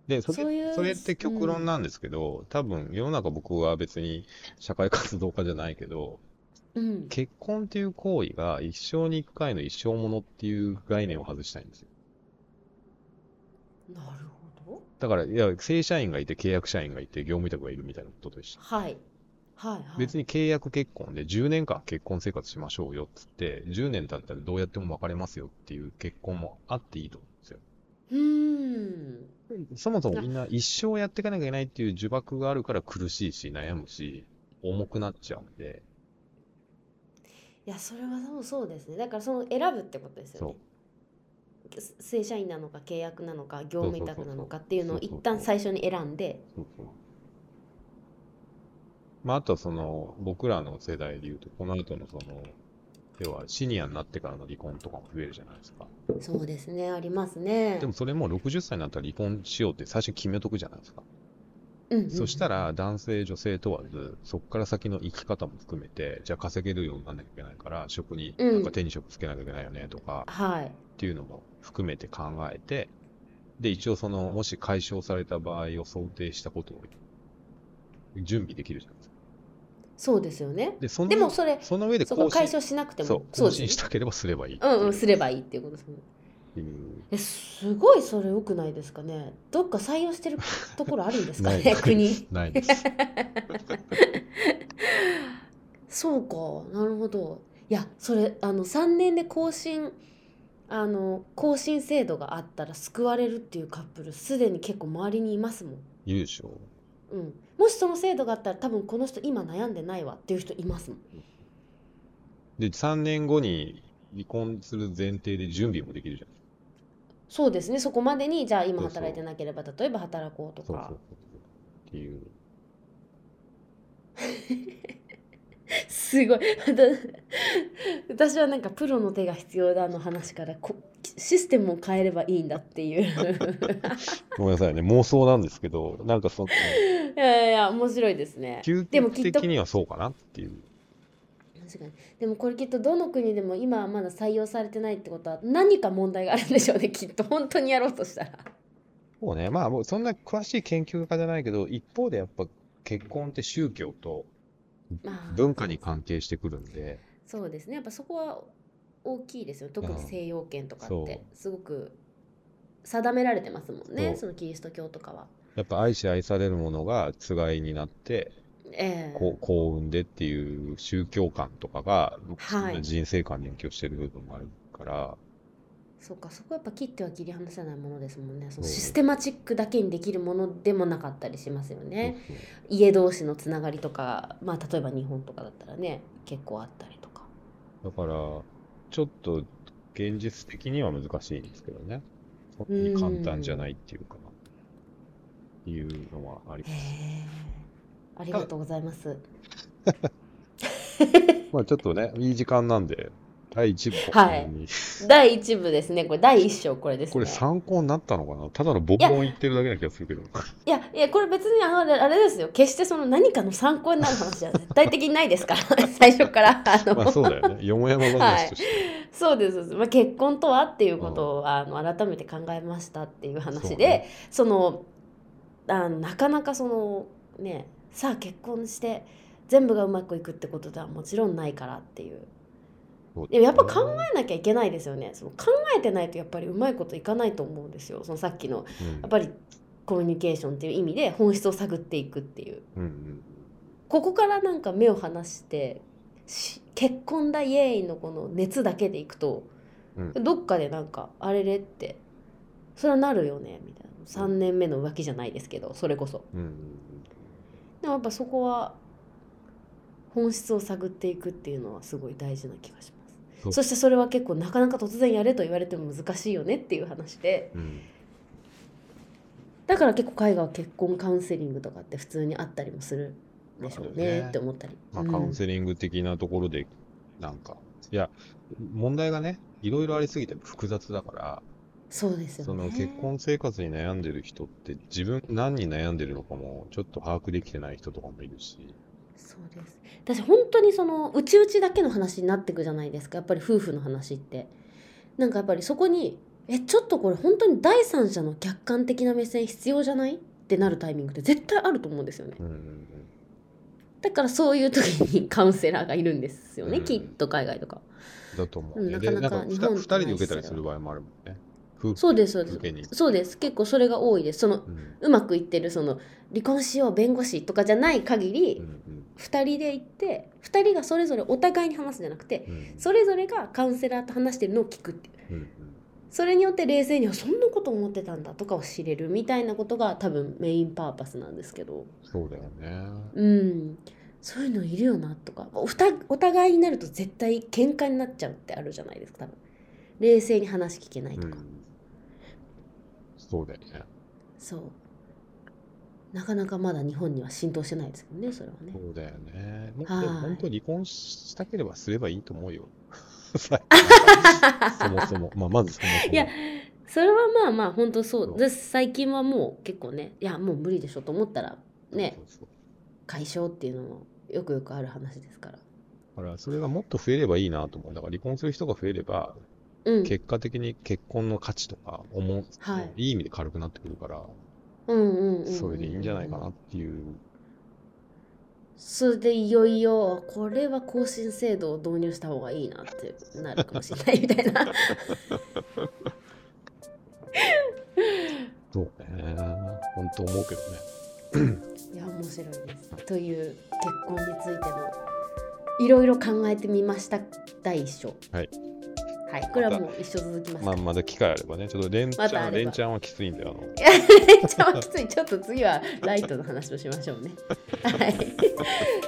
Speaker 2: で、それ、
Speaker 1: そういう
Speaker 2: それって極論なんですけど、多分世の中僕は別に社会活動家じゃないけど、
Speaker 1: うん
Speaker 2: 結婚っていう行為が一生に一回の一生ものっていう概念を外したいんですよ。
Speaker 1: なるほど
Speaker 2: だから、いや、正社員がいて契約社員がいて業務委託がいるみたいなことと一緒。
Speaker 1: はいはいはい
Speaker 2: 別に契約結婚で10年間結婚生活しましょうよっつって、10年経ったらどうやっても別れますよっていう結婚もあっていいと思うんですよ。
Speaker 1: うーん
Speaker 2: そもそもみんな一生やっていかなきゃいけないっていう呪縛があるから苦しいし、悩むし、重くなっちゃうんで、
Speaker 1: いやそれはそうそうですねだからその選ぶってことですよね正社員なのか契約なのか業務委託なのかっていうのを
Speaker 2: そうそうそう
Speaker 1: 一旦最初に選んで
Speaker 2: そうそう。まあ、あとはその、僕らの世代で言うと、この後のその、要はシニアになってからの離婚とかも増えるじゃないですか。
Speaker 1: そうですねありますね
Speaker 2: でもそれも60歳になったら離婚しようって最初に決めとくじゃないですか。
Speaker 1: うんうん
Speaker 2: そしたら男性、女性問わず、そこから先の生き方も含めて、じゃあ稼げるようにならなきゃいけないから、職に、
Speaker 1: うん
Speaker 2: なんか手に職つけなきゃいけないよねとか、
Speaker 1: はい
Speaker 2: っていうのも含めて考えて、で、一応その、もし解消された場合を想定したことを準備できるじゃないですか。
Speaker 1: そうですよね
Speaker 2: で、その
Speaker 1: でもそれ
Speaker 2: その上で
Speaker 1: そこ
Speaker 2: 更
Speaker 1: 解消
Speaker 2: 新
Speaker 1: しなくても
Speaker 2: そう
Speaker 1: そう
Speaker 2: 更
Speaker 1: ですね
Speaker 2: 新したければすればいいっていう
Speaker 1: うんうんすればいいっていうことですね
Speaker 2: うん
Speaker 1: えすごいそれ良くないですかねどっか採用してるところあるんですか
Speaker 2: [LAUGHS] ない
Speaker 1: ね国
Speaker 2: ないです。
Speaker 1: そうかなるほどいやそれあの3年で更新あの更新制度があったら救われるっていうカップルすでに結構周りにいますもん、
Speaker 2: 優勝。
Speaker 1: うん、もしその制度があったら多分この人今悩んでないわっていう人いますもん
Speaker 2: で、3年後に離婚する前提で準備もできるじゃないで
Speaker 1: そうですねそこまでにじゃあ今
Speaker 2: そうそう
Speaker 1: 働いてなければ例えば働こうと
Speaker 2: すか。そう
Speaker 1: か
Speaker 2: そうそうそう。っていう。
Speaker 1: すごい [LAUGHS] 私はなんかプロの手が必要だの話からこシステムを変えればいいんだって
Speaker 2: [LAUGHS]
Speaker 1: いう
Speaker 2: ごめんなさいね、妄想なんですけど、なんかその、
Speaker 1: いやいや面白いですね
Speaker 2: 究
Speaker 1: でもき
Speaker 2: 極
Speaker 1: っと
Speaker 2: 的にはそうかなっていう。
Speaker 1: 確かにでもこれきっとどの国でも今はまだ採用されてないってことは何か問題があるんでしょう
Speaker 2: [LAUGHS]
Speaker 1: ねきっと本当にやろうとしたら
Speaker 2: そうね、まあ、もうそんな詳しい研究家じゃないけど、一方でやっぱ結婚って宗教と
Speaker 1: まあ
Speaker 2: 文化に関係してくるんで、
Speaker 1: そうですねやっぱそこは大きいですよ特に西洋圏とか
Speaker 2: そ
Speaker 1: っ
Speaker 2: う
Speaker 1: てすごく定められてますもんね
Speaker 2: そう
Speaker 1: そのキリスト教とかは。
Speaker 2: やっぱ愛し愛されるものがつがいになって、
Speaker 1: ええ
Speaker 2: こう幸運でっていう宗教観とかが、
Speaker 1: はい
Speaker 2: 人生観に影響してる部分もあるから、
Speaker 1: そうかそこはやっぱ切っては切り離せないものですもんねその
Speaker 2: そう
Speaker 1: システマチックだけにできるものでもなかったりしますよね。
Speaker 2: そう
Speaker 1: 家同士のつながりとかまあ例えば日本とかだったらね結構あったりとか。
Speaker 2: そうだから、ちょっと現実的には難しいんですけどね。そんなに簡単じゃないっていうか、いうのはあり
Speaker 1: へえありがとうございます。
Speaker 2: まあちょっとね、いい時間なんで、第1部。
Speaker 1: はい
Speaker 2: うん
Speaker 1: 第1部ですねこれ第1章これですね
Speaker 2: これ参考になったのかなただの僕も言ってるだけな気がするけど。
Speaker 1: いやいやこれ別にあのあれですよ決してその何かの参考になる話は絶
Speaker 2: [LAUGHS]
Speaker 1: 対的にないですから最初からあの、
Speaker 2: まあそうだよね。よもやま話として。
Speaker 1: そうですそうです、まあ、結婚とはっていうことをあの改めて考えましたっていう話
Speaker 2: そう
Speaker 1: で、
Speaker 2: ね
Speaker 1: そのあのなかなかそのねさあ結婚して全部がうまくいくってことではもちろんないからっていう
Speaker 2: そう
Speaker 1: でもやっぱ考えなきゃいけないですよねその考えてないとやっぱりうまいこといかないと思うんですよそのさっきの
Speaker 2: うん
Speaker 1: やっぱりコミュニケーションっていう意味で本質を探っていくっていう
Speaker 2: うんうん
Speaker 1: ここからなんか目を離してし結婚だイエーイのこの熱だけでいくと、
Speaker 2: う
Speaker 1: どっかでなんかあれれってそれはなるよねみたいな3年目の浮気じゃないですけどそれこそ
Speaker 2: うんうん
Speaker 1: でもやっぱそこは本質を探っていくっていうのはすごい大事な気がします
Speaker 2: そ
Speaker 1: そうしてそれは結構なかなか突然やれと言われても難しいよねっていう話で
Speaker 2: うんうん
Speaker 1: だから結構海外は結婚カウンセリングとかって普通にあったりもするでしょうねって思ったり、
Speaker 2: まあ、カウンセリング的なところで、なんか、いや、問題がね、いろいろありすぎて複雑だから、
Speaker 1: そうですよ
Speaker 2: その
Speaker 1: ね
Speaker 2: 結婚生活に悩んでる人って、自分何に悩んでるのかも、ちょっと把握できてない人とかもいるし、
Speaker 1: そうです私本当にそのうちうちだけの話になってくじゃないですかやっぱり夫婦の話ってなんかやっぱりそこにえちょっとこれ本当に第三者の客観的な目線必要じゃないってなるタイミングって絶対あると思うんですよね
Speaker 2: うんうんうん、
Speaker 1: だからそういう時にカウンセラーがいるんですよね、
Speaker 2: うん
Speaker 1: きっと海外とか
Speaker 2: だと思う
Speaker 1: うん
Speaker 2: ね。
Speaker 1: なか
Speaker 2: で、
Speaker 1: なか
Speaker 2: んか
Speaker 1: 日
Speaker 2: ふ
Speaker 1: 本
Speaker 2: た、
Speaker 1: って
Speaker 2: 2人で受けた
Speaker 1: ない
Speaker 2: り
Speaker 1: っすよ
Speaker 2: する場合もあるもんね。夫婦
Speaker 1: そうですそうです
Speaker 2: 受けに。
Speaker 1: そうです結構それが多いですその
Speaker 2: うん
Speaker 1: うまくいってるその離婚しよう弁護士とかじゃない限
Speaker 2: う
Speaker 1: り
Speaker 2: んうん
Speaker 1: 2人で行って2人がそれぞれお互いに話すんじゃなくて
Speaker 2: うん
Speaker 1: それぞれがカウンセラーと話してるのを聞くっていう
Speaker 2: うんうん
Speaker 1: それによって冷静にあそんなこと思ってたんだとかを知れるみたいなことが多分メインパーパスなんですけど
Speaker 2: そうだよね。
Speaker 1: うんそういうのいるよなとかおふたお互いになると絶対喧嘩になっちゃうってあるじゃないですか多分冷静に話聞けないとか、
Speaker 2: うん、そうだよね。
Speaker 1: そうなかなかまだ日本には浸透してないですけどねそれはね
Speaker 2: そうだよね。もう
Speaker 1: はい
Speaker 2: でも本当離婚したければすればいいと思
Speaker 1: [LAUGHS]
Speaker 2: うよ。さそもそも。まあ、まずそもそも。
Speaker 1: いやそれはまあまあ本当そう
Speaker 2: そう
Speaker 1: です最近はもう結構ねいやもう無理でしょと思ったらね
Speaker 2: そうそうそう
Speaker 1: 解消っていうのもよくよくある話ですから。
Speaker 2: だから、それがもっと増えればいいなと思う。だから、離婚する人が増えれば、
Speaker 1: うん、
Speaker 2: 結果的に結婚の価値とか、思う、
Speaker 1: はい
Speaker 2: いい意味で軽くなってくるから、
Speaker 1: うんうんうんうん
Speaker 2: それでいいんじゃないかなっていう。
Speaker 1: それでいよいよこれは更新制度を導入した方がいいなってなるかもしれないみたいな
Speaker 2: そうね。本当思うけどね。
Speaker 1: いや面白いですという結婚についてのいろいろ考えてみました第一章
Speaker 2: はい、
Speaker 1: はい、これはもう一生続きます
Speaker 2: ま
Speaker 1: か [LAUGHS]
Speaker 2: あ、
Speaker 1: ら、
Speaker 2: まだ機会あればね。ちょっと、レンち
Speaker 1: またあれ
Speaker 2: ゃん、
Speaker 1: ば
Speaker 2: レンちゃんはきついんだよ。あの
Speaker 1: めっちゃきついちょっと次はライトの話をしましょ [LAUGHS] うね。はい、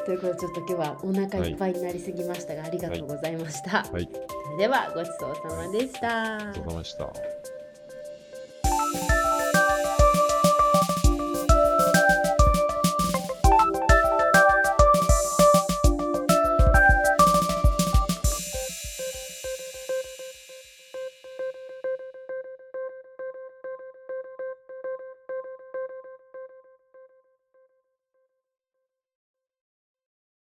Speaker 1: ということでちょっと今日はお腹いっぱいになりすぎましたが、ありがとうございました。
Speaker 2: いはい
Speaker 1: それではごちそうさまでした。
Speaker 2: ありがとうございました。